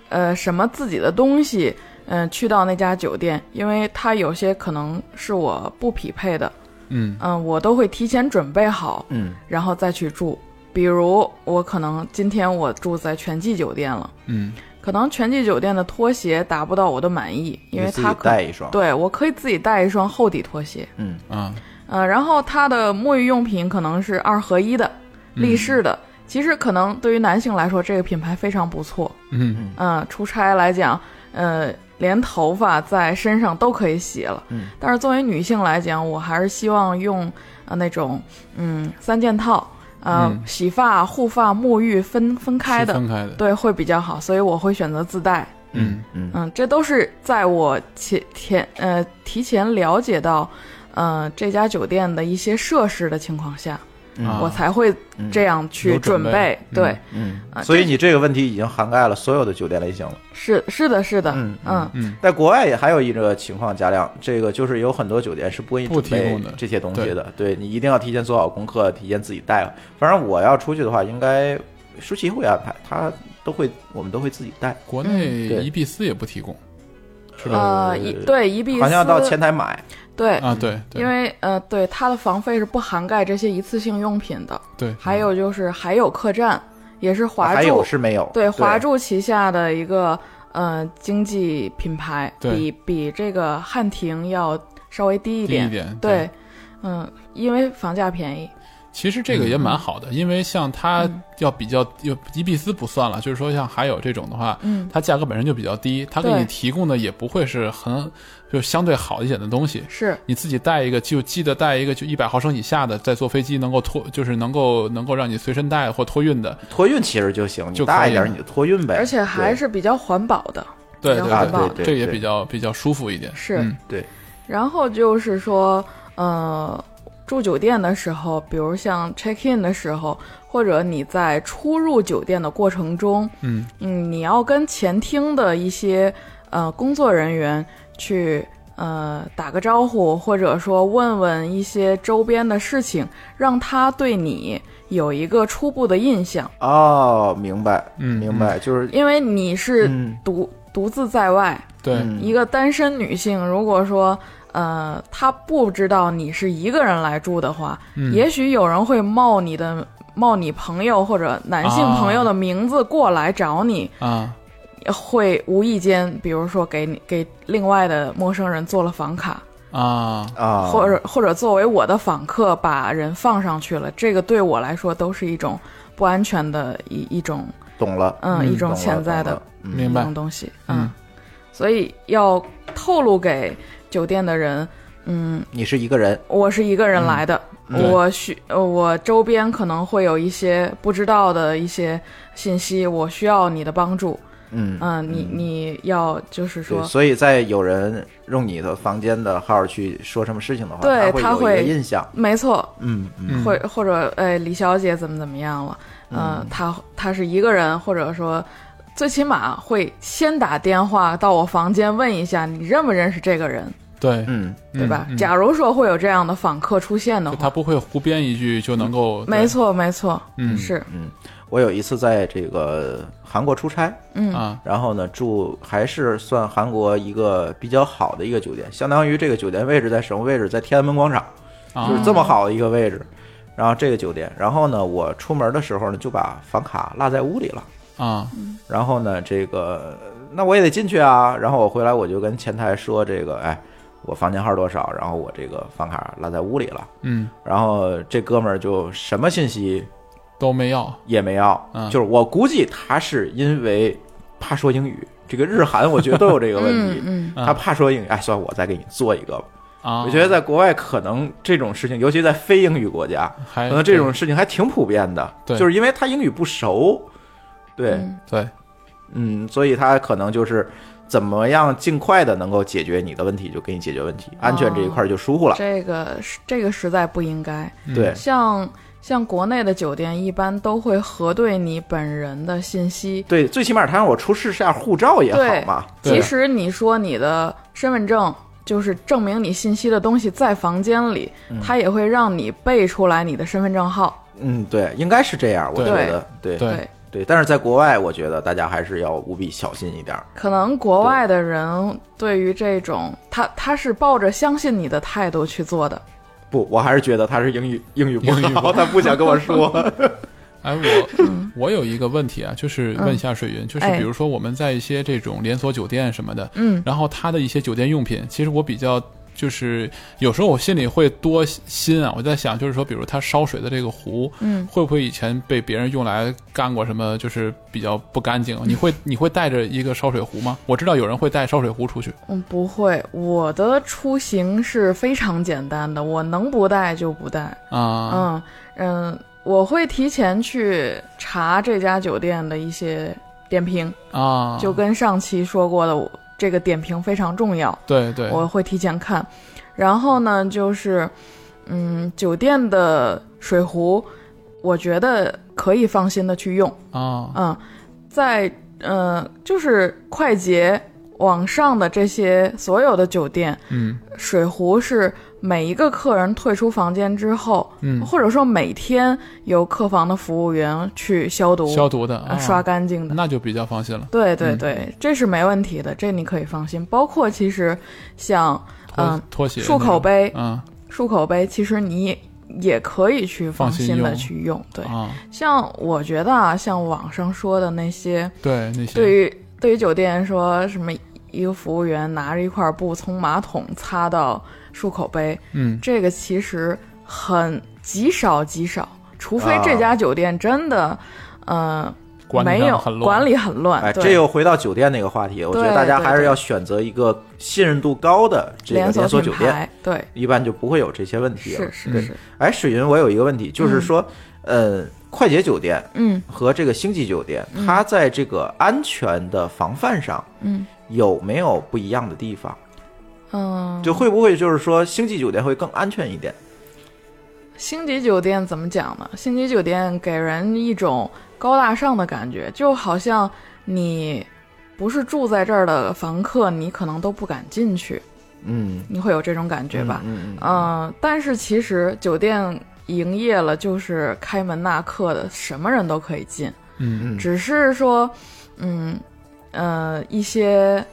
呃什么自己的东西，嗯、去到那家酒店，因为它有些可能是我不匹配的，嗯嗯、我都会提前准备好，嗯，然后再去住。比如我可能今天我住在全季酒店了，嗯可能全季酒店的拖鞋达不到我的满意，因为你自它己可带一双，对我可以自己带一双厚底拖鞋，嗯，啊，呃，然后它的沐浴用品可能是二合一的、嗯立式的。其实可能对于男性来说，这个品牌非常不错。嗯嗯、出差来讲，呃，连头发在身上都可以洗了。嗯，但是作为女性来讲，我还是希望用呃那种嗯三件套，呃，嗯洗发、护发、沐浴分分开是的，分开的，对，会比较好。所以我会选择自带。嗯嗯，这都是在我前前呃提前了解到，呃这家酒店的一些设施的情况下，啊我才会嗯这样去有准准备。备对，啊所以你这个问题已经涵盖了所有的酒店类型了。是是的，是的，嗯嗯在国外也还有一个情况，加亮，这个就是有很多酒店是不给你不准提备供的这些东西的，对你一定要提前做好功课，提前自己带。反正我要出去的话，应该舒淇会安排，她都会，我们都会自己带，国嗯内对一必思也不提供呃，一对一必好像要到思前台买。对，啊，对，对因为呃对它的房费是不涵盖这些一次性用品的，对，还有就是还有客栈也是嗯华啊还有住是没有？对华住旗下的一个呃经济品牌，对比比这个汉庭要稍微低一低点，一点，对，嗯，因为房价便宜，其实这个也嗯蛮好的，因为像它要比较有伊比斯不算了，就是说像还有这种的话，嗯它价格本身就比较低，它给对你提供的也不会是很就相对好一点的东西。是你自己带一个，就记得带一个，就一百毫升以下的，在坐飞机能够托，就是能够能够让你随身带或托运的。托运其实就行，你就可以大一点你就托运呗。而且还是比较环保的，对比较对啊环对保对的，对，这也对比较比较舒服一点。是嗯对。然后就是说，呃住酒店的时候，比如像 check in 的时候，或者你在出入酒店的过程中，嗯嗯，你要跟前厅的一些呃工作人员去呃打个招呼，或者说问问一些周边的事情，让他对你有一个初步的印象，哦，明白，嗯明白，就是因为你是嗯独、独自在外，对，嗯一个单身女性，如果说呃她不知道你是一个人来住的话，嗯也许有人会冒你的冒你朋友或者男性啊朋友的名字过来找你，啊，会无意间，比如说给你给另外的陌生人做了房卡，啊，啊，或者或者作为我的访客把人放上去了，这个对我来说都是一种不安全的一一种懂了，嗯一种懂了潜在懂的了嗯明白一种东西，嗯嗯，所以要透露给酒店的人，嗯，你是一个人，我是一个人来的，嗯对我需呃我周边可能会有一些不知道的一些信息，我需要你的帮助，嗯嗯，你你要就是对，说所以在有人用你的房间的号去说什么事情的话，对他他会有一会个印象，没错，嗯嗯嗯或或者哎，李小姐怎么怎么样了？嗯，她她是一个人，或者说，最起码会先打电话到我房间问一下你认不认识这个人，对，嗯，对吧？嗯嗯假如说会有这样的访客出现的就话他，不会胡编一句就能够，没错没错，嗯是我有一次在这个韩国出差，嗯对啊，然后呢住还是算韩国一个比较好的一个酒店，相当于这个酒店位置在什么位置？在天安门广场，啊就是这么好的一个位置。然后这个酒店，然后呢，我出门的时候呢就把房卡落在屋里了。啊，然后呢，这个那我也得进去啊。然后我回来我就跟前台说这个，哎，我房间号多少？然后我这个房卡落在屋里了。嗯，然后这哥们儿就什么信息都没要，也没要，嗯就是我估计他是因为怕说英语，这个日韩我觉得都有这个问 [laughs] 嗯题，嗯嗯他怕说英语，哎，算了，我再给你做一个吧。啊，我觉得在国外可能这种事情，尤其在非英语国家，还可能这种事情还挺普遍的，对就是因为他英语不熟，对，嗯对，嗯，所以他可能就是怎么样尽快的能够解决你的问题，就给你解决问题，安全这一块就疏忽了，这个是这个实在不应该。对，像像国内的酒店一般都会核对你本人的信息，对，最起码他让我出示下护照也好对嘛，对即使你说你的身份证就是证明你信息的东西在房间里，嗯它也会让你背出来你的身份证号。嗯，对，应该是这样，我觉对得，对对对，对，但是在国外，我觉得大家还是要务必小心一点儿。可能国外的人对于这种，他他是抱着相信你的态度去做的。不，我还是觉得他是英语英语不英语不 [laughs] 好，好他不想跟我说。哎，我我有一个问题啊，就是问一下水云，就是嗯哎比如说我们在一些这种连锁酒店什么的，嗯然后它的一些酒店用品，其实我比较就是有时候我心里会多心啊，我在想就是说，比如它烧水的这个壶，嗯，会不会以前被别人用来干过什么，就是比较不干净？你会你会带着一个烧水壶吗？我知道有人会带烧水壶出去嗯，不会，我的出行是非常简单的，我能不带就不带。啊，嗯嗯，我会提前去查这家酒店的一些点评。啊，就跟上期说过的，我这个点评非常重要，对对，我会提前看。然后呢，就是，嗯，酒店的水壶，我觉得可以放心的去用。啊嗯，在呃，就是快捷网上的这些所有的酒店，嗯水壶是每一个客人退出房间之后，嗯，或者说每天由客房的服务员去消毒、消毒的呃啊，刷干净的。那就比较放心了，对对嗯对，这是没问题的，这你可以放心。包括其实像拖嗯拖鞋漱那种口杯、啊漱口杯，其实你也可以去放放心心的用去用。对，啊，像我觉得啊，像网上说的那些，对那些对于对于酒店说什么一个服务员拿着一块布从马桶擦到漱口杯，嗯这个其实很极少极少，除非啊这家酒店真的，呃。管理没上有很乱管理很乱，哎，对这又回到酒店那个话题，我觉得对大家对还是对要选择一个信任度高的这个连锁锁品酒牌店，，对，一般就不会有这些问题了是。是是，哎，水云，我有一个问题，就是说，呃，快捷酒店嗯和这个星级酒店，它在这个安全的防范上嗯有没有不一样的地方？嗯，就会不会就是说星级酒店会更安全一点？星级酒店怎么讲呢？星级酒店给人一种高大上的感觉，就好像你不是住在这儿的房客，你可能都不敢进去，嗯，你会有这种感觉吧？嗯嗯嗯嗯，但是其实酒店营业了，就是开门纳客的，什么人都可以进，嗯嗯只是说，嗯，呃，一些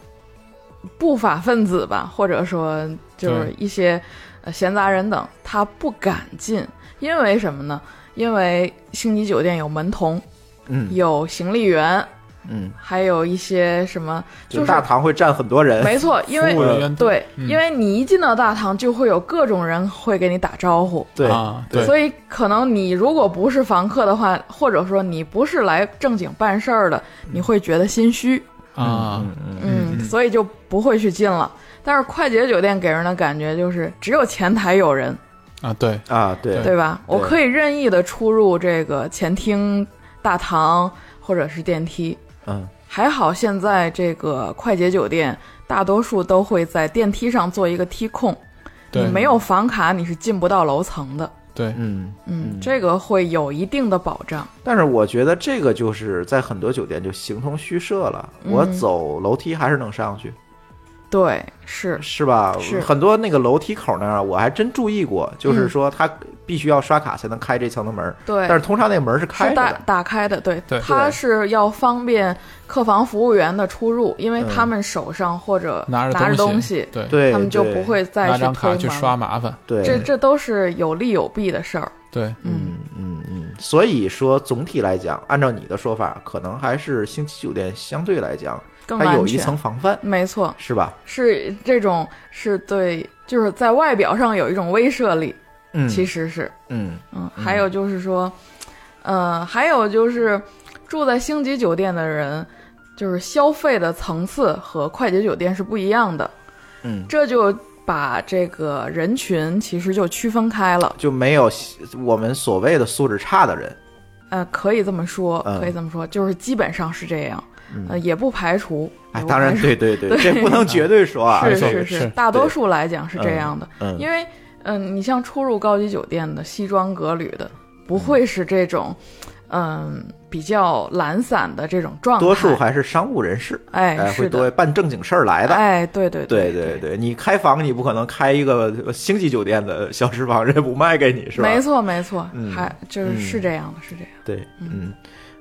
不法分子吧，或者说就是对一些呃闲杂人等，他不敢进，因为什么呢？因为星级酒店有门童，嗯有行李员，嗯，还有一些什么，就是大堂会站很多 [laughs] 人，没错，因为服务人员对，嗯因为你一进到大堂，就会有各种人会给你打招呼，对啊对所以可能你如果不是房客的话，或者说你不是来正经办事儿的，嗯你会觉得心虚，啊，嗯，所以就不会去进了。但是快捷酒店给人的感觉就是只有前台有人，啊，对，啊，对对吧？对我可以任意的出入这个前厅、大堂或者是电梯。嗯，还好现在这个快捷酒店大多数都会在电梯上做一个梯控，对你没有房卡你是进不到楼层的。对，嗯。嗯，这个会有一定的保障。但是我觉得这个就是在很多酒店就形同虚设了，嗯我走楼梯还是能上去，对，是是吧？是嗯很多那个楼梯口那儿，我还真注意过，就是说他必须要刷卡才能开这层的门儿，对但是通常那个门儿是开着是打的，打开的，对，对它对是要方便客房服务员的出入，因为他们手上或者拿着着东西，对，对，他们就对不会再拿去张偷卡去忙刷麻烦，对，这这都是有利有弊的事儿。对，嗯，嗯嗯，所以说总体来讲，按照你的说法，可能还是星级酒店相对来讲，更它安有一全层防范，没错，是吧？是这种是对，就是在外表上有一种威慑力，嗯，其实是，嗯嗯，还有就是说，呃，还有就是住在星级酒店的人，就是消费的层次和快捷酒店是不一样的，嗯，这就把这个人群其实就区分开了，就没有我们所谓的素质差的人，呃，可以这么说，嗯可以这么说，就是基本上是这样，呃，也不排除，哎也，不当然排除对对对，这不能绝对说啊，嗯是没错是是大多数来讲是这嗯样的，嗯因为嗯、你像出入高级酒店的西装革履的，不会是这种嗯、比较懒散的这种状态，多数还是商务人士，哎会是的多办正经事儿来的。哎，对对对对对，你开房你不可能开一个星级酒店的小时房，人家不卖给你是吧？没错没错，嗯还就是是嗯这样的，是这样，对，嗯，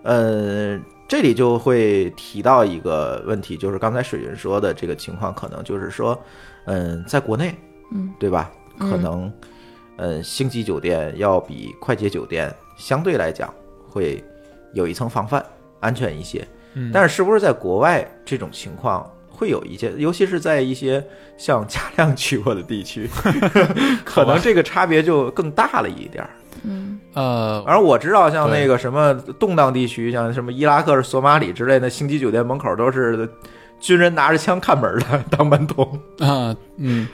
呃，这里就会提到一个问题，就是刚才水云说的这个情况，可能就是说，嗯，在国内，嗯，对吧？可嗯能，嗯，星级酒店要比快捷酒店相对来讲会有一层防范，安全一些。嗯但是是不是在国外这种情况？会有一些，尤其是在一些像 [laughs] 贾亮去过的地 [laughs] 区，可能这个差别就更大了一点儿。嗯呃，而我知道，像对那个什么动荡地区，像什么伊拉克、索马里之类的星级酒店门口都是军人拿着枪看门的当门 [laughs] 童。啊，嗯，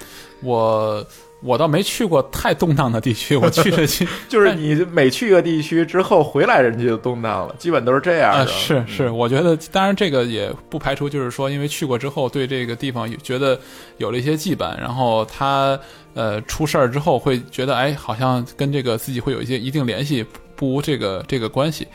我我倒没去过太动荡的地区，我去了 [laughs] 去就是你每去一个地区之后回来，人家就动荡了，基本都是这样的。啊、嗯是是，我觉得当然这个也不排除，就是说因为去过之后对这个地方有觉得有了一些羁绊，然后他呃出事儿之后会觉得哎，好像跟这个自己会有一些一定联系，不无这个这个关系。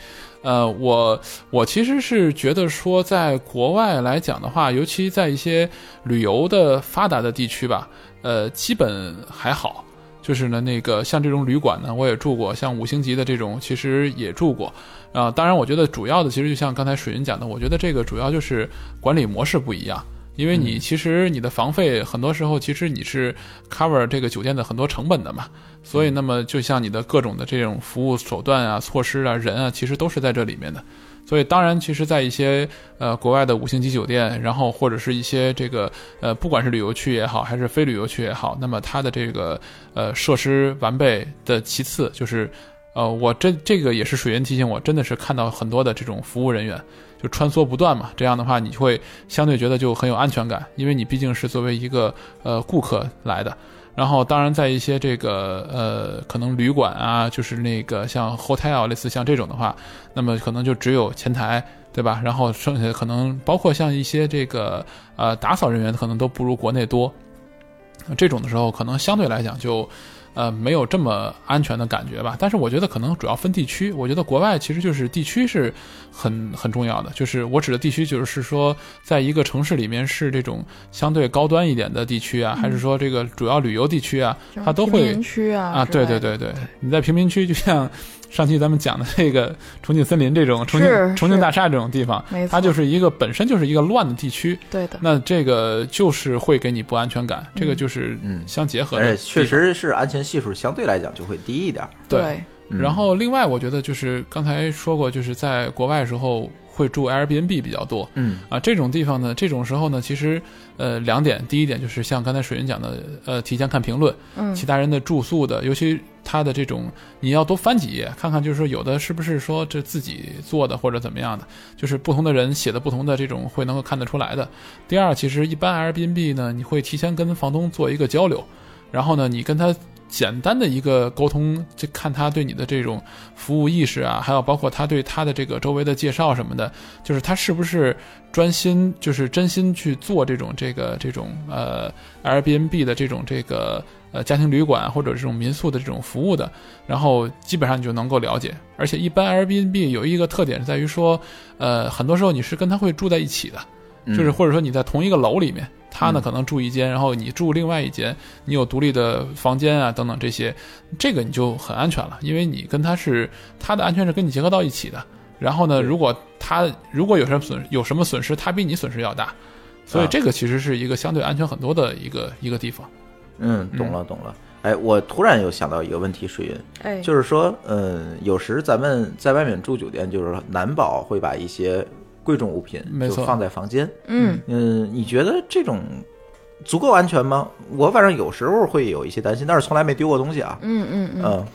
呃，我我其实是觉得说，在国外来讲的话，尤其在一些旅游的发达的地区吧，呃，基本还好。就是呢，那个像这种旅馆呢，我也住过，像五星级的这种，其实也住过。啊、当然，我觉得主要的其实就像刚才水云讲的，我觉得这个主要就是管理模式不一样。因为你其实你的房费很多时候其实你是 cover 这个酒店的很多成本的嘛，所以那么就像你的各种的这种服务手段啊、措施啊、人啊，其实都是在这里面的。所以当然，其实，在一些呃国外的五星级酒店，然后或者是一些这个呃，不管是旅游区也好，还是非旅游区也好，那么它的这个呃设施完备的其次就是。呃，我这这个也是水源提醒我，真的是看到很多的这种服务人员就穿梭不断嘛，这样的话你会相对觉得就很有安全感，因为你毕竟是作为一个呃顾客来的。然后，当然，在一些这个呃，可能旅馆啊，就是那个像 hotel 啊类似像这种的话，那么可能就只有前台，对吧？然后剩下的可能包括像一些这个呃打扫人员，可能都不如国内多。这种的时候，可能相对来讲就，呃，没有这么安全的感觉吧。但是我觉得可能主要分地区，我觉得国外其实就是地区是很很重要的。就是我指的地区，就是说在一个城市里面是这种相对高端一点的地区啊，还是说这个主要旅游地区啊，什么它都贫会民区啊啊，之类的对对对对，你在贫民区，就像上期咱们讲的这个重庆森林这种重是庆重庆是大厦这种地方没，它错就是一个本身就是一个乱的地区，对的，那这个就是会给你不安全感，这个就是嗯相结合而的且地确方，实是安全系数相对来讲就会低一点儿。对。嗯然后另外，我觉得就是刚才说过，就是在国外时候会住 Airbnb 比较多，嗯啊，这种地方呢，这种时候呢，其实呃两点，第一点就是像刚才水云讲的，呃，提前看评论，嗯其他人的住宿的，尤其他的这种，你要多翻几页，看看就是说有的是不是说这自己做的或者怎么样的，就是不同的人写的不同的这种会能够看得出来的。第二，其实一般 Airbnb 呢，你会提前跟房东做一个交流，然后呢，你跟他。简单的一个沟通，就看他对你的这种服务意识啊，还有包括他对他的这个周围的介绍什么的，就是他是不是专心，就是真心去做这种这个这种呃 Airbnb 的这种这个呃家庭旅馆或者这种民宿的这种服务的，然后基本上你就能够了解。而且一般 Airbnb 有一个特点是在于说，呃，很多时候你是跟他会住在一起的，就是或者说你在同一个楼里面，他呢可能住一间，然后你住另外一间，你有独立的房间啊等等这些，这个你就很安全了，因为你跟他是他的安全是跟你结合到一起的。然后呢，如果他如果有什么损有什么损失，他比你损失要大，所以啊这个其实是一个相对安全很多的一个一个地方。嗯，懂了懂了。哎，我突然又想到一个问题，水云，哎，就是说，嗯，有时咱们在外面住酒店，就是难保会把一些贵重物品没就错放在房间。嗯嗯，你觉得这种足够安全吗？我反正有时候会有一些担心，但是从来没丢过东西啊。嗯嗯嗯，嗯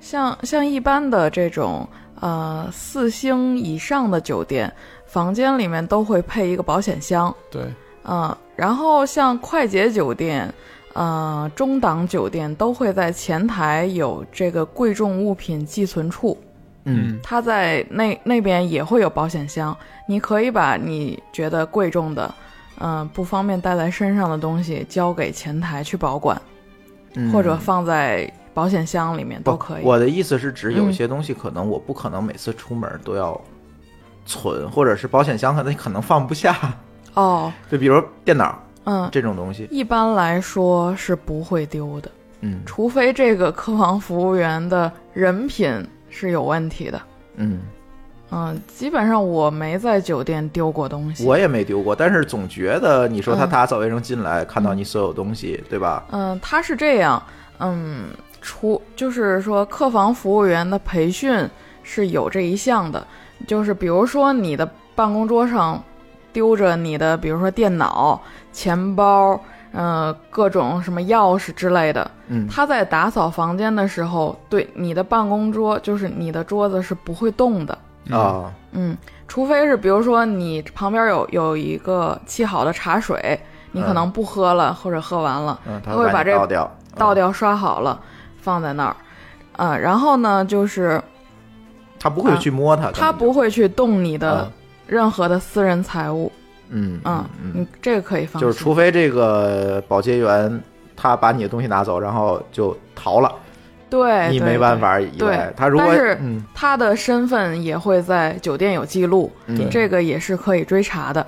像像一般的这种呃四星以上的酒店，房间里面都会配一个保险箱，对，嗯，然后像快捷酒店、呃中档酒店都会在前台有这个贵重物品寄存处，嗯，它在那那边也会有保险箱，你可以把你觉得贵重的。嗯，不方便带在身上的东西交给前台去保管，嗯或者放在保险箱里面不都可以。我的意思是指有嗯些东西可能我不可能每次出门都要存，或者是保险箱可能可能放不下， [laughs] 哦，就比如电脑嗯，这种东西。一般来说是不会丢的，嗯除非这个客房服务员的人品是有问题的。嗯，嗯，基本上我没在酒店丢过东西。我也没丢过，但是总觉得你说他嗯打扫卫生进来，看到你所有东西，对吧？嗯，他是这样，嗯，除就是说客房服务员的培训是有这一项的，就是比如说你的办公桌上丢着你的，比如说电脑、钱包，呃，各种什么钥匙之类的，嗯他在打扫房间的时候，对你的办公桌，就是你的桌子是不会动的。啊，嗯，除非是比如说你旁边有有一个沏好的茶水，你可能不喝了、或者喝完了，嗯，他会会把你这倒掉，嗯，倒掉刷好了，放在那儿。呃，然后呢，就是他不会去摸它，他嗯不会，会去动你的嗯任何的私人财物。嗯嗯，你嗯，这个可以放心。就是除非这个保洁员他把你的东西拿走，然后就逃了，对，你哎对没办。法以对为他如果但是嗯他的身份也会在酒店有记录，对嗯这个也是可以追查的。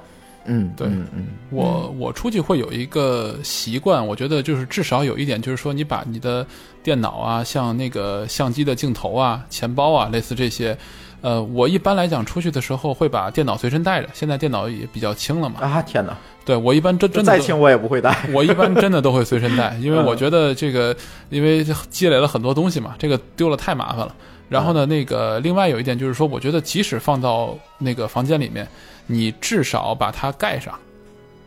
嗯对嗯嗯我我出去会有一个习惯，我觉得就是至少有一点，就是说你把你的电脑啊，像那个相机的镜头啊、钱包啊，类似这些，呃，我一般来讲出去的时候会把电脑随身带着。现在电脑也比较轻了嘛，啊天哪，对我一般真真的再都轻我也不会带， [laughs] 我一般真的都会随身带，因为我觉得这个，因为积累了很多东西嘛，这个丢了太麻烦了。然后呢，那个另外有一点就是说，我觉得即使放到那个房间里面，你至少把它盖上。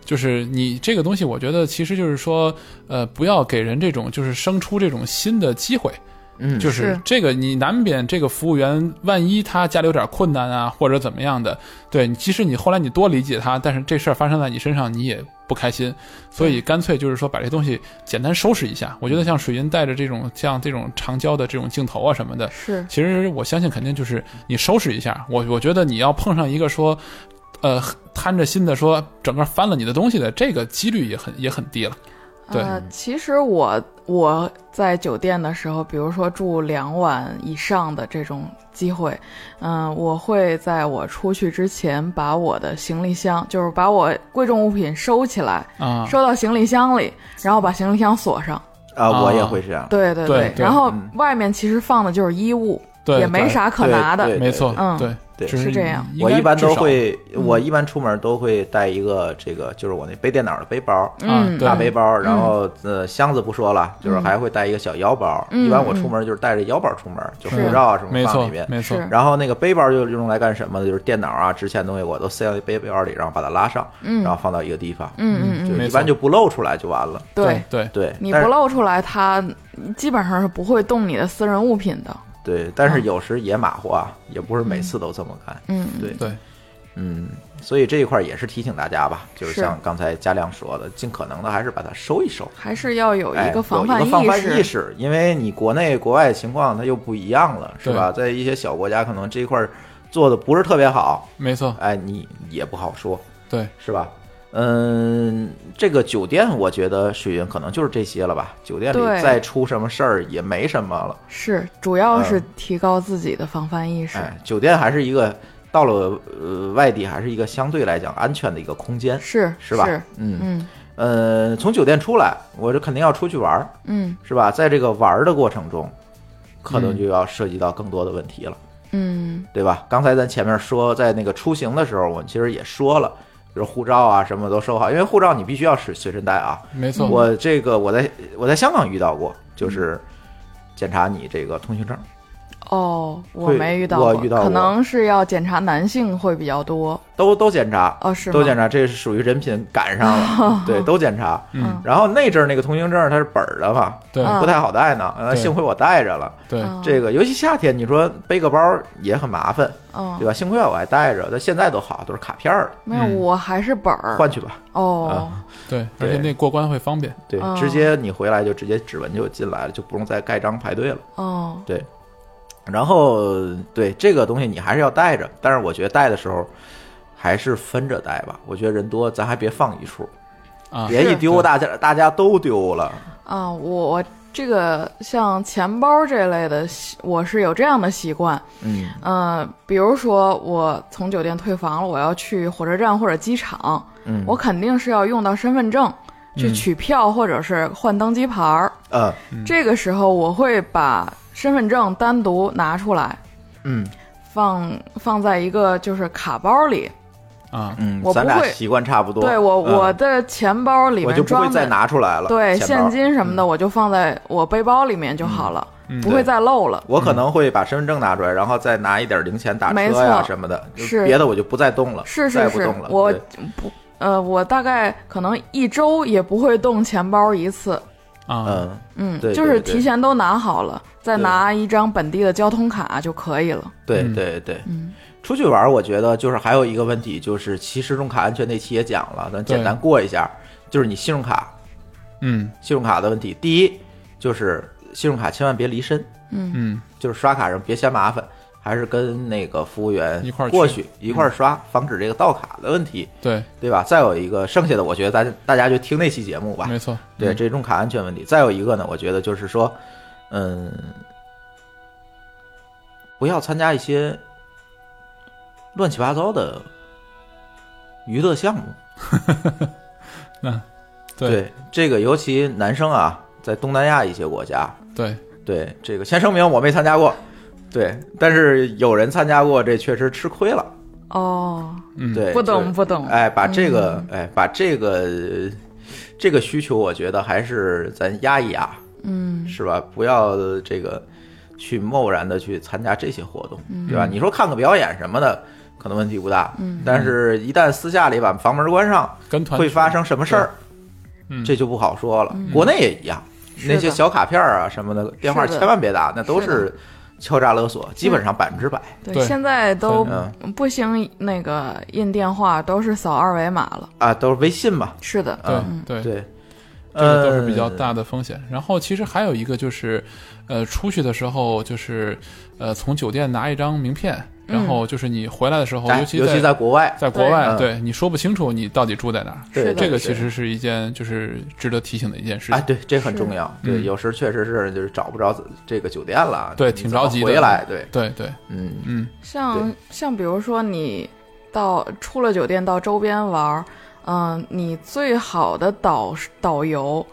就是你这个东西，我觉得其实就是说，呃，不要给人这种就是生出这种新的机会。嗯就是是这个你难免这个服务员，万一他家里有点困难啊，或者怎么样的，对你，即使你后来你多理解他，但是这事儿发生在你身上，你也不开心，所以干脆就是说把这东西简单收拾一嗯下。我觉得像水银带着这种像这种长焦的这种镜头啊什么的，是，其实我相信肯定就是你收拾一下。我我觉得你要碰上一个说，呃，贪着心的说整个翻了你的东西的，这个几率也很也很低了。对呃，其实我我在酒店的时候，比如说住两晚以上的这种机会，嗯、我会在我出去之前把我的行李箱，就是把我贵重物品收起来，啊，收到行李箱里，然后把行李箱锁上。啊，我也会这样。对对对对然后嗯外面其实放的就是衣物，对也没对啥可对拿的。对没错，嗯对对只是这样应我该一般至都少嗯会，我一般出门都会带一个这个，就是我那背电脑的背包，啊嗯，对大背包，然后呃箱子不说了，就是还会带一个小腰包。嗯一般我出门就是带着腰包出门，就护是照啊什么没放错里面。没错，是然后那个背包就是用来干什么的？就是电脑啊、值钱的东西我都塞到背包里，然后把它拉上，嗯然后放到一个地方，嗯嗯嗯，就没一错般就不露出来就完了。对。对对，你但不是露出来，他基本上是不会动你的私人物品的。对，但是有时也马虎啊，也不是每次都这么干。嗯，对，对嗯，所以这一块也是提醒大家吧，就是是像刚才嘉亮说的，尽可能的还是把它收一收，还是要有哎一个防有范一个防意范识。意识，因为你国内国外情况它又不一样了，是对吧？在一些小国家，可能这一块做的不是特别好，没错，哎，你也不好说，对是吧？嗯，这个酒店我觉得水云可能就是这些了吧，酒店里对再出什么事儿也没什么了。是，主要是嗯提高自己的防范意识。哎，酒店还是一个到了呃外地还是一个相对来讲安全的一个空间，是是吧？是嗯嗯呃，从酒店出来，我这肯定要出去玩儿，嗯是吧？在这个玩儿的过程中，可能嗯就要涉及到更多的问题了，嗯，对吧？刚才咱前面说，在那个出行的时候，我们其实也说了，比如护照啊什么都收好，因为护照你必须要随随身带啊。没错，我这个我在我在香港遇到过，就是检查你这个通行证。哦，我会没遇到我过，遇到可过能是要检查男性会比较多。都都检查哦是吗都检查，这是属于人品赶上 [laughs] 了，对，都检查。嗯，然后那阵儿那个通行证它是本儿的嘛，对啊不太好带呢，呃嗯对幸亏我带着了。对嗯这个尤其夏天，你说背个包也很麻烦，对嗯，吧？幸亏我还带着，但现在都好，都是卡片儿没有，嗯我还是本儿。换去吧。哦，对，而对且那过关会方便，对哦，直接你回来就直接指纹就进来了，就不用再盖章排队了。哦，对，然后对这个东西你还是要带着，但是我觉得带的时候还是分着带吧。我觉得人多，咱还别放一处，啊别一丢大家大家都丢了。啊，我我这个像钱包这类的习，我是有这样的习惯。嗯，嗯、比如说我从酒店退房了，我要去火车站或者机场，嗯我肯定是要用到身份证去取票或者是换登机牌儿。呃这个时候我会把身份证单独拿出来，嗯放放在一个就是卡包里。啊，嗯我，不咱俩会习惯差不多。对我、嗯我的钱包里我就面不装会的再拿出来了。对钱包嗯现。金什么的，我就放在我背包里面就好了，不会对再漏了。我可能会把身份证拿出来，然后再拿一点零钱打嗯没车错呀什么的，就是别的我就不再动了，再是是也不是动了。，我对不呃，我大概可能一周也不会动钱包一次。啊，嗯嗯，对就是对对提前都拿好了，再对拿一张本地的交通卡就可以了。对嗯对对，嗯出去玩，我觉得就是还有一个问题，就是其实信用卡安全那期也讲了，咱简单过一下，就是你信用卡嗯信用卡的问题。第一就是信用卡千万别离身，嗯，就是刷卡上别嫌麻烦，还是跟那个服务员一块儿去嗯过去一块儿刷，防止这个盗卡的问题，对，对吧？再有一个剩下的，我觉得大家大家就听那期节目吧没。错，对嗯这种卡安全问题，再有一个呢，我觉得就是说，嗯，不要参加一些乱七八糟的娱乐项目。 [laughs] 那对对这个，尤其男生啊，在东南亚一些国家，对对这个先声明，我没参加过。对，但是有人参加过，这确实吃亏了。哦，嗯对，不懂就是不懂哎，把这个，哎，把这个，这个需求，我觉得还是咱压一压，嗯，是吧？不要这个去贸然的去参加这些活动，对嗯吧？你说看个表演什么的，可能问题不大，嗯，但是一旦私下里把房门关上，跟团会去发生什么事儿，嗯这就不好说了。国内也一样，那些的小卡片啊什么的，电话是的千万别打，那都是的是敲诈勒索，基本上百分之百。对，对现在都嗯不兴那个印电话，都是扫二维码了。啊，都是微信嘛，是的，啊嗯对对，对，这个都是比较嗯大的风险。然后其实还有一个就是，呃，出去的时候就是，呃，从酒店拿一张名片，嗯然后就是你回来的时候，哎哦尤其尤其在国外，在国对外，嗯对你说不清楚你到底住在哪儿。对是的这个是其实是一件就是值得提醒的一件事哎，情。对，这很重要。对，有时确实是就是找不着这个酒店了，嗯对你挺怎么着急的回来，对，对对，嗯，嗯，像像比如说你到出了酒店到周边玩儿，嗯、你最好的导导游，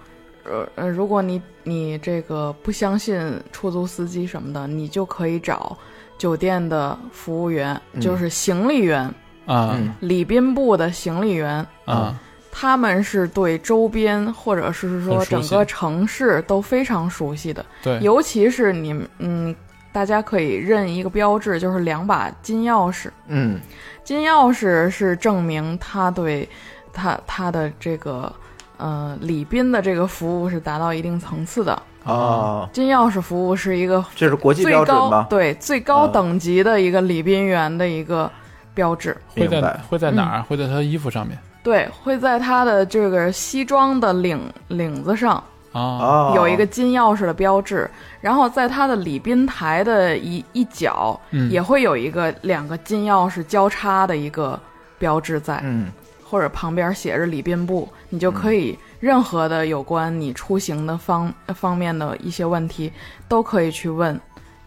呃呃，如果你你这个不相信出租司机什么的，你就可以找酒店的服务员，嗯就是行李员，啊嗯礼宾部的行李员。啊，他们是对周边或者是说很熟整悉个城市都非常熟悉的，对，尤其是你们嗯，大家可以认一个标志，就是两把金钥匙。嗯，金钥匙是证明他对他他的这个呃礼宾的这个服务是达到一定层次的。啊哦，金钥匙服务是一个这是国际最标准高吗？对最高嗯等级的一个礼宾员的一个标志。会明在啊白会在哪嗯儿？会在他的衣服上面对，会在他的这个西装的领领子上啊哦，有一个金钥匙的标志，然后在他的礼宾台的一一角、嗯也会有一个两个金钥匙交叉的一个标志在，嗯，或者旁边写着礼宾部，你嗯就可以任何的有关你出行的方方面的一些问题，都可以去问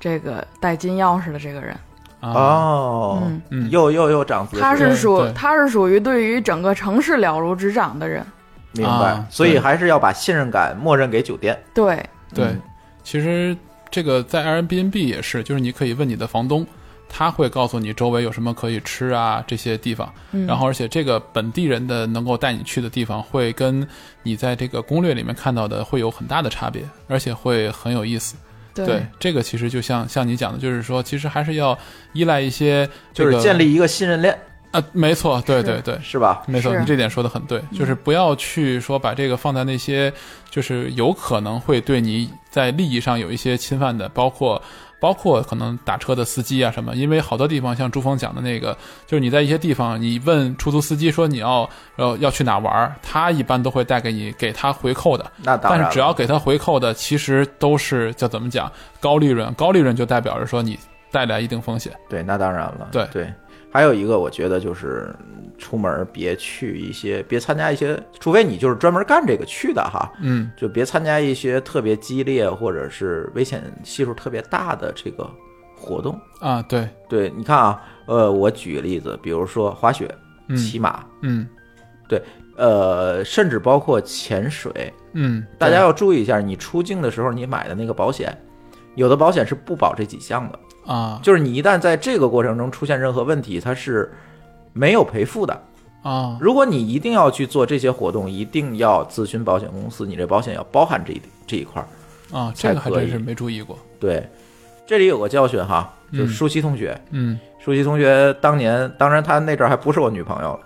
这个带金钥匙的这个人。啊哦嗯，嗯又又又长姿势，他是属对他是属于对于整个城市了如指掌的人，明白啊，所以对还是要把信任感默认给酒店。对，对嗯，其实这个在 Airbnb 也是，就是你可以问你的房东，他会告诉你周围有什么可以吃啊这些地方。嗯然后，而且这个本地人的能够带你去的地方，会跟你在这个攻略里面看到的会有很大的差别，而且会很有意思。对对，这个其实就像像你讲的，就是说，其实还是要依赖一些、这就个，是建立一个信任链，啊，没错，对是对对，是吧？没错，是你这点说的很对，就是不要去说把这个放在那些就是有可能会对你在利益上有一些侵犯的，包括包括可能打车的司机啊什么，因为好多地方像朱峰讲的那个，就是你在一些地方你问出租司机说你要呃要去哪玩儿，他一般都会带给你给他回扣的，那当然但是了，只要给他回扣的，其实都是叫怎么讲高利润，高利润就代表着说你带来一定风险，对，那当然了，对对。还有一个，我觉得就是嗯出门别去一些，别参加一些，除非你就是专门干这个去的哈，嗯就别参加一些特别激烈或者是危险系数特别大的这个活动。啊对，对，你看啊，呃，我举个例子，比如说滑雪、嗯骑马，嗯呃，甚至包括潜水，嗯，大家对要注意一下，你出境的时候你买的那个保险，有的保险是不保这几项的，啊就是你一旦在这个过程中出现任何问题，它是没有赔付的。啊如果你一定要去做这些活动，一定要咨询保险公司，你这保险要包含这一这一块儿。啊，才这个还可真以是没注意过。对，这里有个教训哈，就嗯是舒淇同学，嗯舒淇同学当年，当然她那阵儿还不是我女朋友了。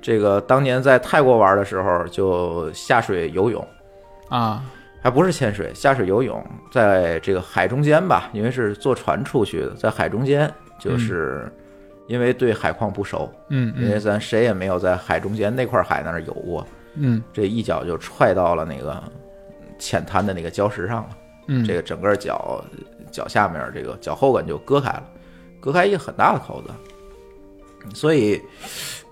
这个当年在泰国玩的时候，就下水游泳，啊还不是潜水，下水游泳，在这个海中间吧，因为是坐船出去的，在海中间，就是因为对海况不熟，嗯因为嗯咱谁也没有在海中间那块海那儿游过，嗯这一脚就踹到了那个浅滩的那个礁石上了，嗯，这个整个脚脚下面这个脚后跟就割开了，割开一个很大的口子，所以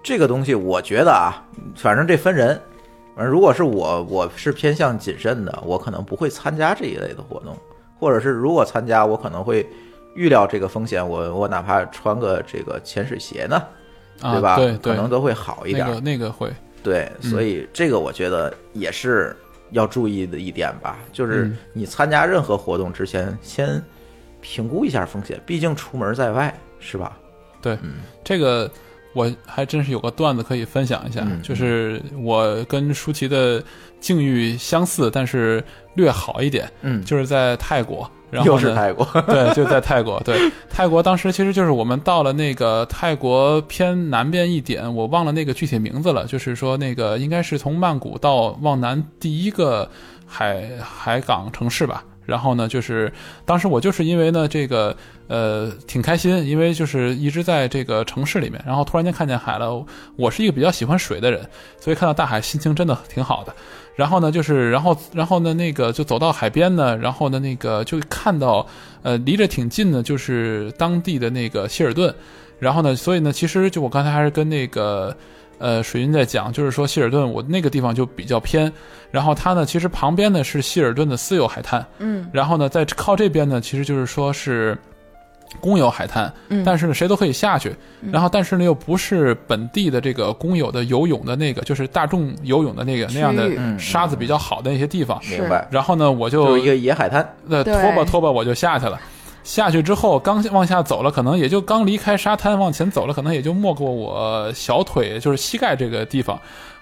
这个东西我觉得啊，反正这分人。反呃正如果是我，我是偏向谨慎的，我可能不会参加这一类的活动，或者是如果参加，我可能会预料这个风险，我我哪怕穿个这个潜水鞋呢，啊吧？对可对，能都会好一点那。个那个会对，嗯所以这个我觉得也是要注意的一点吧，就是嗯你参加任何活动之前，先评估一下风险，毕竟出门在外是吧？这个。我还真是有个段子可以分享一下，嗯就是我跟舒淇的境遇相似，但是略好一点，嗯，就是在泰国，然又后是呢，泰国， [laughs] 对，就在泰国。对，泰国当时其实就是我们到了那个泰国偏南边一点，我忘了那个具体名字了。就是说那个应该是从曼谷到往南第一个海海港城市吧。然后呢，就是当时我就是因为呢这个呃挺开心，因为就是一直在这个城市里面，然后突然间看见海了。我是一个比较喜欢水的人，所以看到大海心情真的挺好的。然后呢，就是然后然后呢那个就走到海边呢，然后呢那个就看到呃离着挺近的，就是当地的那个希尔顿。然后呢，所以呢，其实就我刚才还是跟那个呃水云在讲，就是说希尔顿我那个地方就比较偏，然后它呢其实旁边呢是希尔顿的私有海滩，嗯，然后呢在靠这边呢其实就是说是。公有海滩，嗯但是呢，谁都可以下去。然后，但是呢，又不是本地的这个公有的游泳的那个，就是大众游泳的那个那样区域的沙子比较好的那些地方。是明白，然后呢，我嗯就就是一个野海滩，那对拖吧拖吧，我就下去了。下去之后，刚往下走了，可能也就刚离开沙滩往前走了，可能也就没过我小腿，就是膝盖这个地方。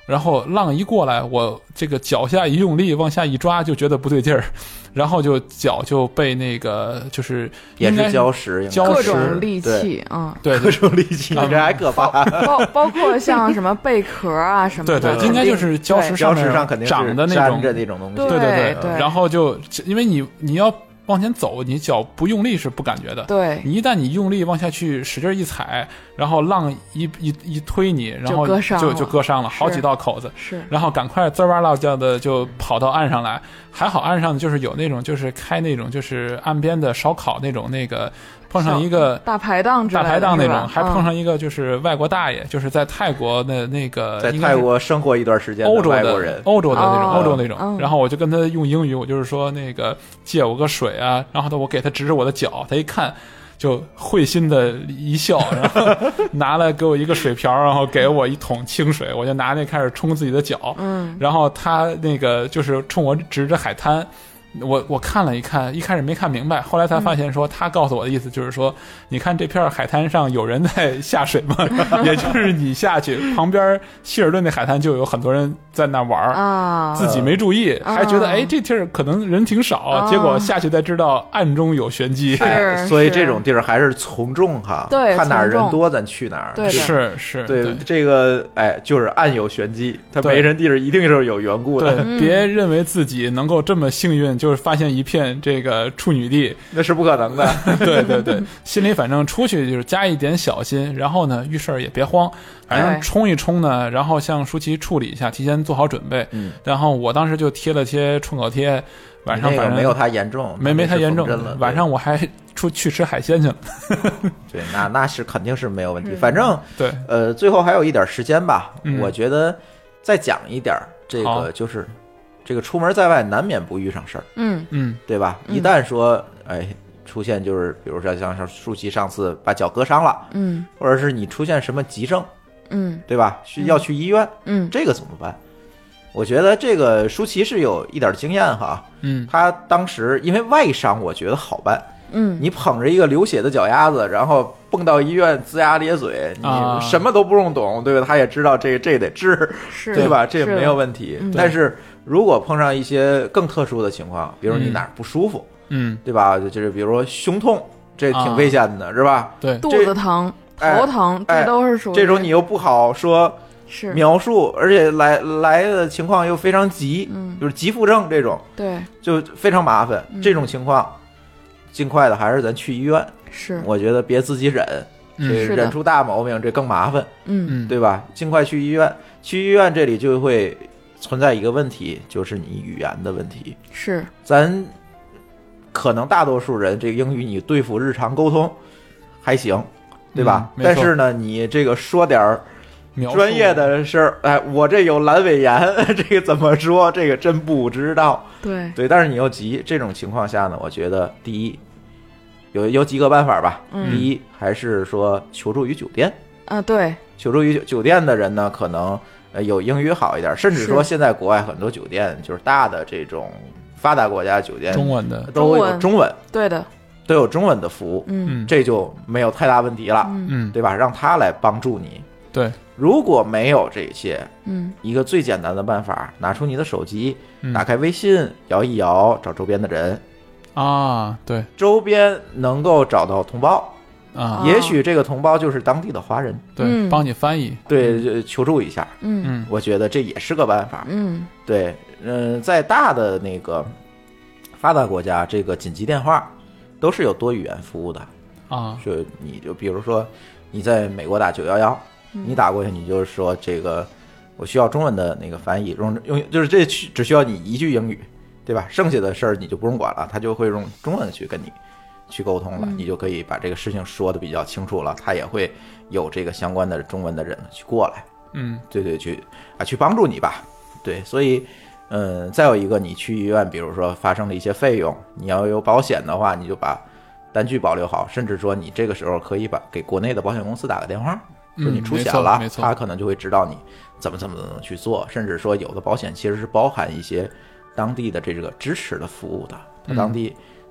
然后浪一过来，我这个脚下一用力往下一抓，就觉得不对劲儿， [laughs] 然后就脚就被那个就是也应该是礁石，应该礁各石种利器，嗯，对 [laughs] 各种力气，嗯这还可怕。包包括像什么贝壳啊什么对的，对，应该就是礁石礁石面上肯定是长的那粘种着那种东西，对对对对对然后就因为你你要往前走，你脚不用力是不感觉的。对你一旦你用力往下去使劲一踩，然后浪一一一推你，然后就割伤就了就割伤了，是好几道口子。是然后赶快滋哇啦叫的就跑到岸上来，还好岸上就是有那种就是开那种就是岸边的烧烤那种那个，碰上一个大排档之类大的排档那种，是吧嗯还碰上一个就是外国大爷，就是在泰国的那个在应该泰是国生活一段时间欧洲外的国人，欧洲的那种，哦欧洲那种嗯。然后我就跟他用英语，我就是说那个借我个水啊，然后他我给他指指我的脚，他一看。就会心的一笑，然后拿来给我一个水瓢，然后给我一桶清水，我就拿那开始冲自己的脚。嗯，然后他那个就是冲我指着海滩，我我看了一看，一开始没看明白，后来才嗯发现说他告诉我的意思就是说，你看这片海滩上有人在下水吗？ [laughs] 也就是你下去，旁边希尔顿那海滩就有很多人在那玩儿。啊，自己没注意，啊还觉得哎，这地儿可能人挺少，啊结果下去才知道暗中有玄机。是哎所以是这种地儿还是从众哈，对看哪儿从众人多咱去哪儿。对的是是，对对这个，哎，就是暗有玄机，它对没人地儿一定是有缘故的，嗯对，别认为自己能够这么幸运，就是发现一片这个处女地， [laughs] 那是不可能的。对对对，心里反正出去就是加一点小心，然后呢遇事儿也别慌，反正哎冲一冲呢，然后向舒淇处理一下，提前做好准备。嗯，然后我当时就贴了贴创口贴，晚上那反个正没有他严重，没没太严重那是缝针了，晚上我还出去吃海鲜去了。对，对那那是肯定是没有问嗯题。反正对，呃，最后还有一点时间吧，嗯我觉得再讲一点儿，这好个就是这个出门在外难免不遇上事儿，嗯嗯，对吧？嗯一旦说哎出现就是比如说像像舒淇上次把脚割伤了，嗯或者是你出现什么急症，嗯对吧？需要去医院，嗯这个怎么办？我觉得这个舒淇是有一点经验哈，嗯，她当时因为外伤，我觉得好办，嗯，你捧着一个流血的脚丫子，然后蹦到医院龇牙咧嘴，啊你什么都不用懂，对吧？他也知道这这得治，是对吧？这是也没有问题嗯。但是如果碰上一些更特殊的情况，比如你嗯哪儿不舒服，嗯，对吧？就是比如说胸痛，这啊挺危险的，是吧？对，肚子疼、哎头疼，哎这都嗯是属于这种你又不好说是描述，而且来来的情况又非常急，嗯就是急腹症这种对就非常麻烦。嗯这种情况，尽快的还是咱去医院，是我觉得别自己忍。嗯这是的忍出大毛病，这更麻烦，嗯嗯，对吧？尽快去医院。去医院这里就会存在一个问题，就是你语言的问题。是咱可能大多数人这个英语你对付日常沟通还行，对吧？嗯没但错是呢，你这个说点儿描述专业的事儿，哎，我这有阑尾炎， [laughs] 这个怎么说？这个真不知道。对对，但是你又急，这种情况下呢，我觉得第一有有几个办法吧。嗯第一还是说求助于酒店。啊对求助于酒酒店的人呢，可能呃有英语好一点，甚至说是现在国外很多酒店就是大的这种发达国家酒店中文的，都中有文中文，对的都有中文的服务，嗯嗯，这就没有太大问题了，嗯嗯，对吧？让他来帮助你。对，如果没有这些，嗯一个最简单的办法，拿出你的手机，嗯打开微信，摇一摇，找周边的人，啊，对周边能够找到同胞，哦啊，也许这个同胞就是当地的华人，对，嗯帮你翻译，对，就求助一下，嗯嗯我觉得这也是个办法。嗯对，嗯、在大的那个发达国家，这个紧急电话都是有多语言服务的。啊，就你就比如说你在美国打九幺幺，你打过去你就说这个我需要中文的那个翻译，用用就是这只需要你一句英语，对吧？剩下的事儿你就不用管了，他就会用中文去跟你去沟通了，你就可以把这个事情说的比较清楚了，他也会有这个相关的中文的人去过来。嗯对对，去啊去帮助你吧。对，所以，嗯，再有一个，你去医院，比如说发生了一些费用，你要有保险的话，你就把单据保留好，甚至说你这个时候可以把给国内的保险公司打个电话，嗯说你出险了没，错没错他可能就会指导你怎么怎么怎么去做，甚至说有的保险其实是包含一些当地的这个支持的服务的，他当嗯地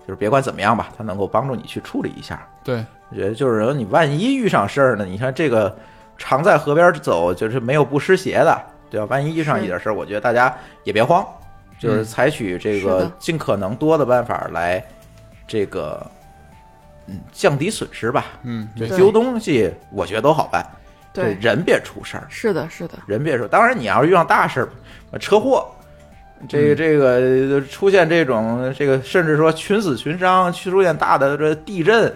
就是别管怎么样吧，他能够帮助你去处理一下。对，我觉得就是说，你万一遇上事儿呢？你看这个常在河边走，就是没有不湿鞋的，对吧？万一遇上一点事儿，我觉得大家也别慌，就是采取这是个的尽可能多的办法来这个嗯降低损失吧。嗯，就没对丢东西，我觉得都好办，对就人别出事儿，是的，是的，人别说，当然你要是遇上大事儿，车祸，这个嗯这个出现这种这个，甚至说群死群伤，出现大的这地震，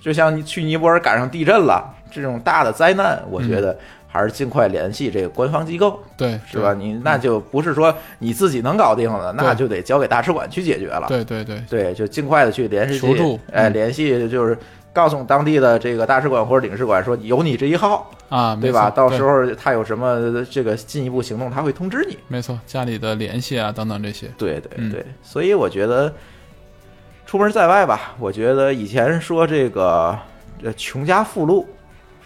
就像你去尼泊尔赶上地震了这种大的灾难，我嗯觉得还是尽快联系这个官方机构，对，是吧？你那就不是说你自己能搞定的，那就得交给大使馆去解决了。对？对对对，对，就尽快的去联系求助这哎，嗯联系就是告诉当地的这个大使馆或者领事馆说有你这一号，啊，对没错吧？到对时候他有什么这个进一步行动，他会通知你。没错，家里的联系啊等等这些，对对嗯对，所以我觉得出门在外吧，我觉得以前说这个呃穷家富路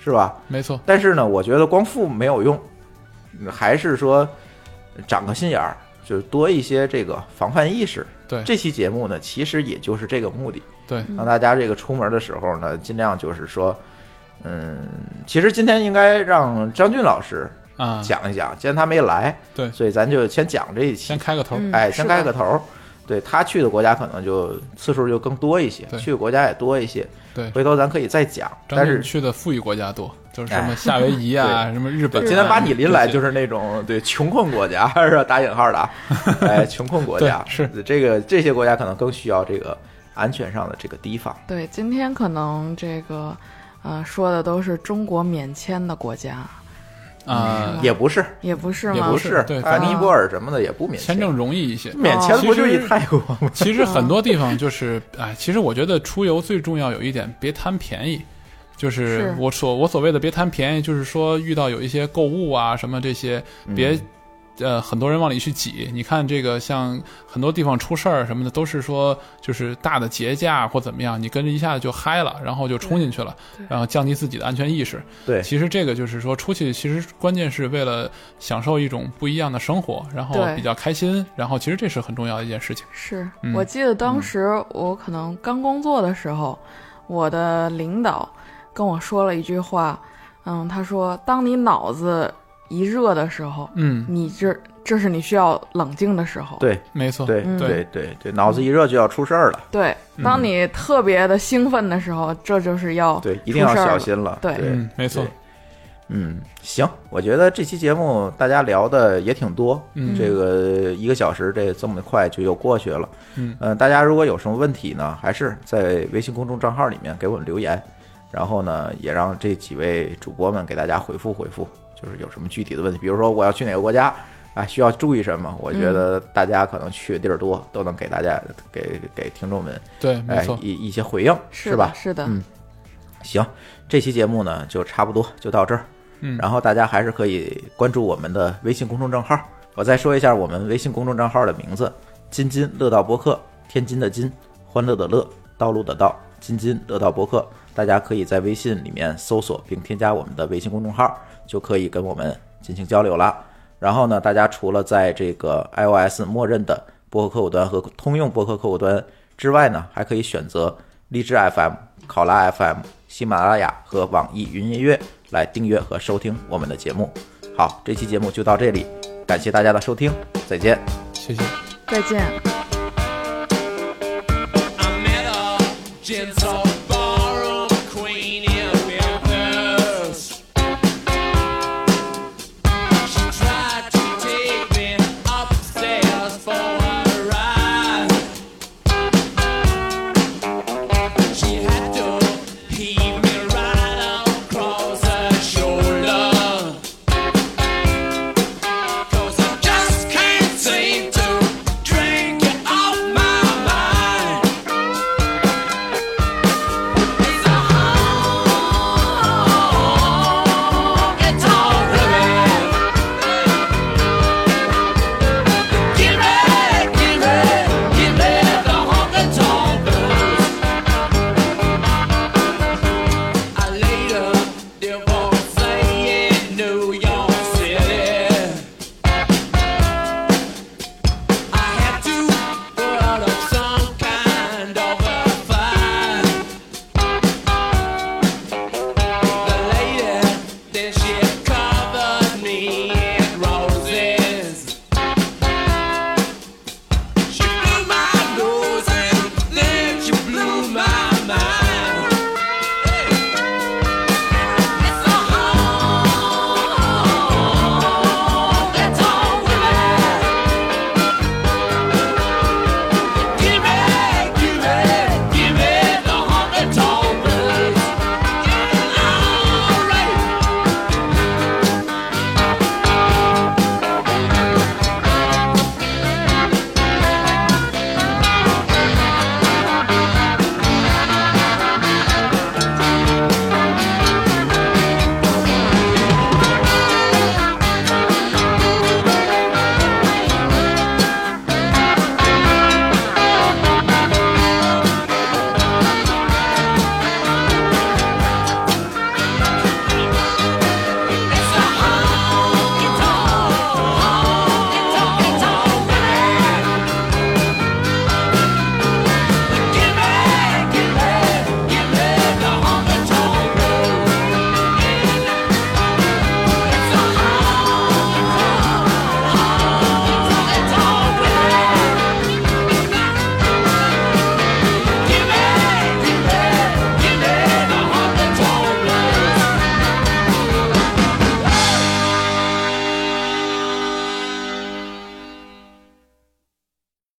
是吧？没错，但是呢，我觉得光富没有用，嗯还是说长个心眼儿，就是多一些这个防范意识。对这期节目呢，其实也就是这个目的。对，嗯让大家这个出门的时候呢，尽量就是说，嗯，其实今天应该让张俊老师啊，讲一讲，既然他没来，对所以咱就先讲这一先期，开个头，嗯哎，先是的开个头儿。对他去的国家可能就次数就更多一些，对去的国家也多一些，对，回头咱可以再讲。张但俊是去的富裕国家多，就是什哎么夏威夷啊，什么日对本啊，今天把你拎来就是是那种对穷困国家 [laughs] 是吧？打引号 [laughs] 的啊，哎，穷困国家对是这个这些国家可能更需要这个安全上的这个提防。对，今天可能这个呃说的都是中国免签的国家，啊，也不是，嗯也不啊是也吗？不是是对，凡反尼正泊尔什么的也不免签证容易一些。啊免签不就其一实泰国吗？其实很多地方就是，哎，其实我觉得出游最重要有一点，别贪便宜。就是是我所我所谓的别贪便宜，就是说遇到有一些购物啊什么这些，别呃很多人往里去挤。你看这个像很多地方出事儿什么的，都是说就是大的节假或怎么样，你跟着一下子就嗨了，然后就冲进去了，然后降低自己的安全意识。对，其实这个就是说，出去其实关键是为了享受一种不一样的生活，然后对比较开心，然后其实这是很重要的一件事情。是嗯我记得当时我可能刚工作的时候，我的领导跟我说了一句话，嗯，他说：“当你脑子一热的时候，嗯，你这这是你需要冷静的时候。对没错，对嗯对对对，脑子一热就要出事儿了。对嗯当你特别的兴奋的时候，这就是要对，一定要出事儿小了心了。对嗯，没错对，嗯，行，我觉得这期节目大家聊的也挺多，嗯这个一个小时这这么快就又过去了，嗯呃大家如果有什么问题呢，还是在微信公众账号里面给我们留言，然后呢，也让这几位主播们给大家回复回复，就是有什么具体的问题，比如说我要去哪个国家。啊，需要注意什么？我觉嗯得大家可能去的地儿多，都能给大家给给听众们对，没哎错，一一些回应，是吧的？是的，嗯行，这期节目呢就差不多就到这儿。嗯然后大家还是可以关注我们的微信公众账号。我再说一下我们微信公众账号的名字：津津乐道播客，天津的津，欢乐的乐，道路的道，津津乐道播客。大家可以在微信里面搜索并添加我们的微信公众号，就可以跟我们进行交流了。然后呢，大家除了在这个 iOS 默认的播客客户端和通用播客客户端之外呢，还可以选择荔枝 FM、考拉 FM、喜马拉雅和网易云音乐来订阅和收听我们的节目。好，这期节目就到这里，感谢大家的收听，再见。谢谢。再见。 I met a gin soul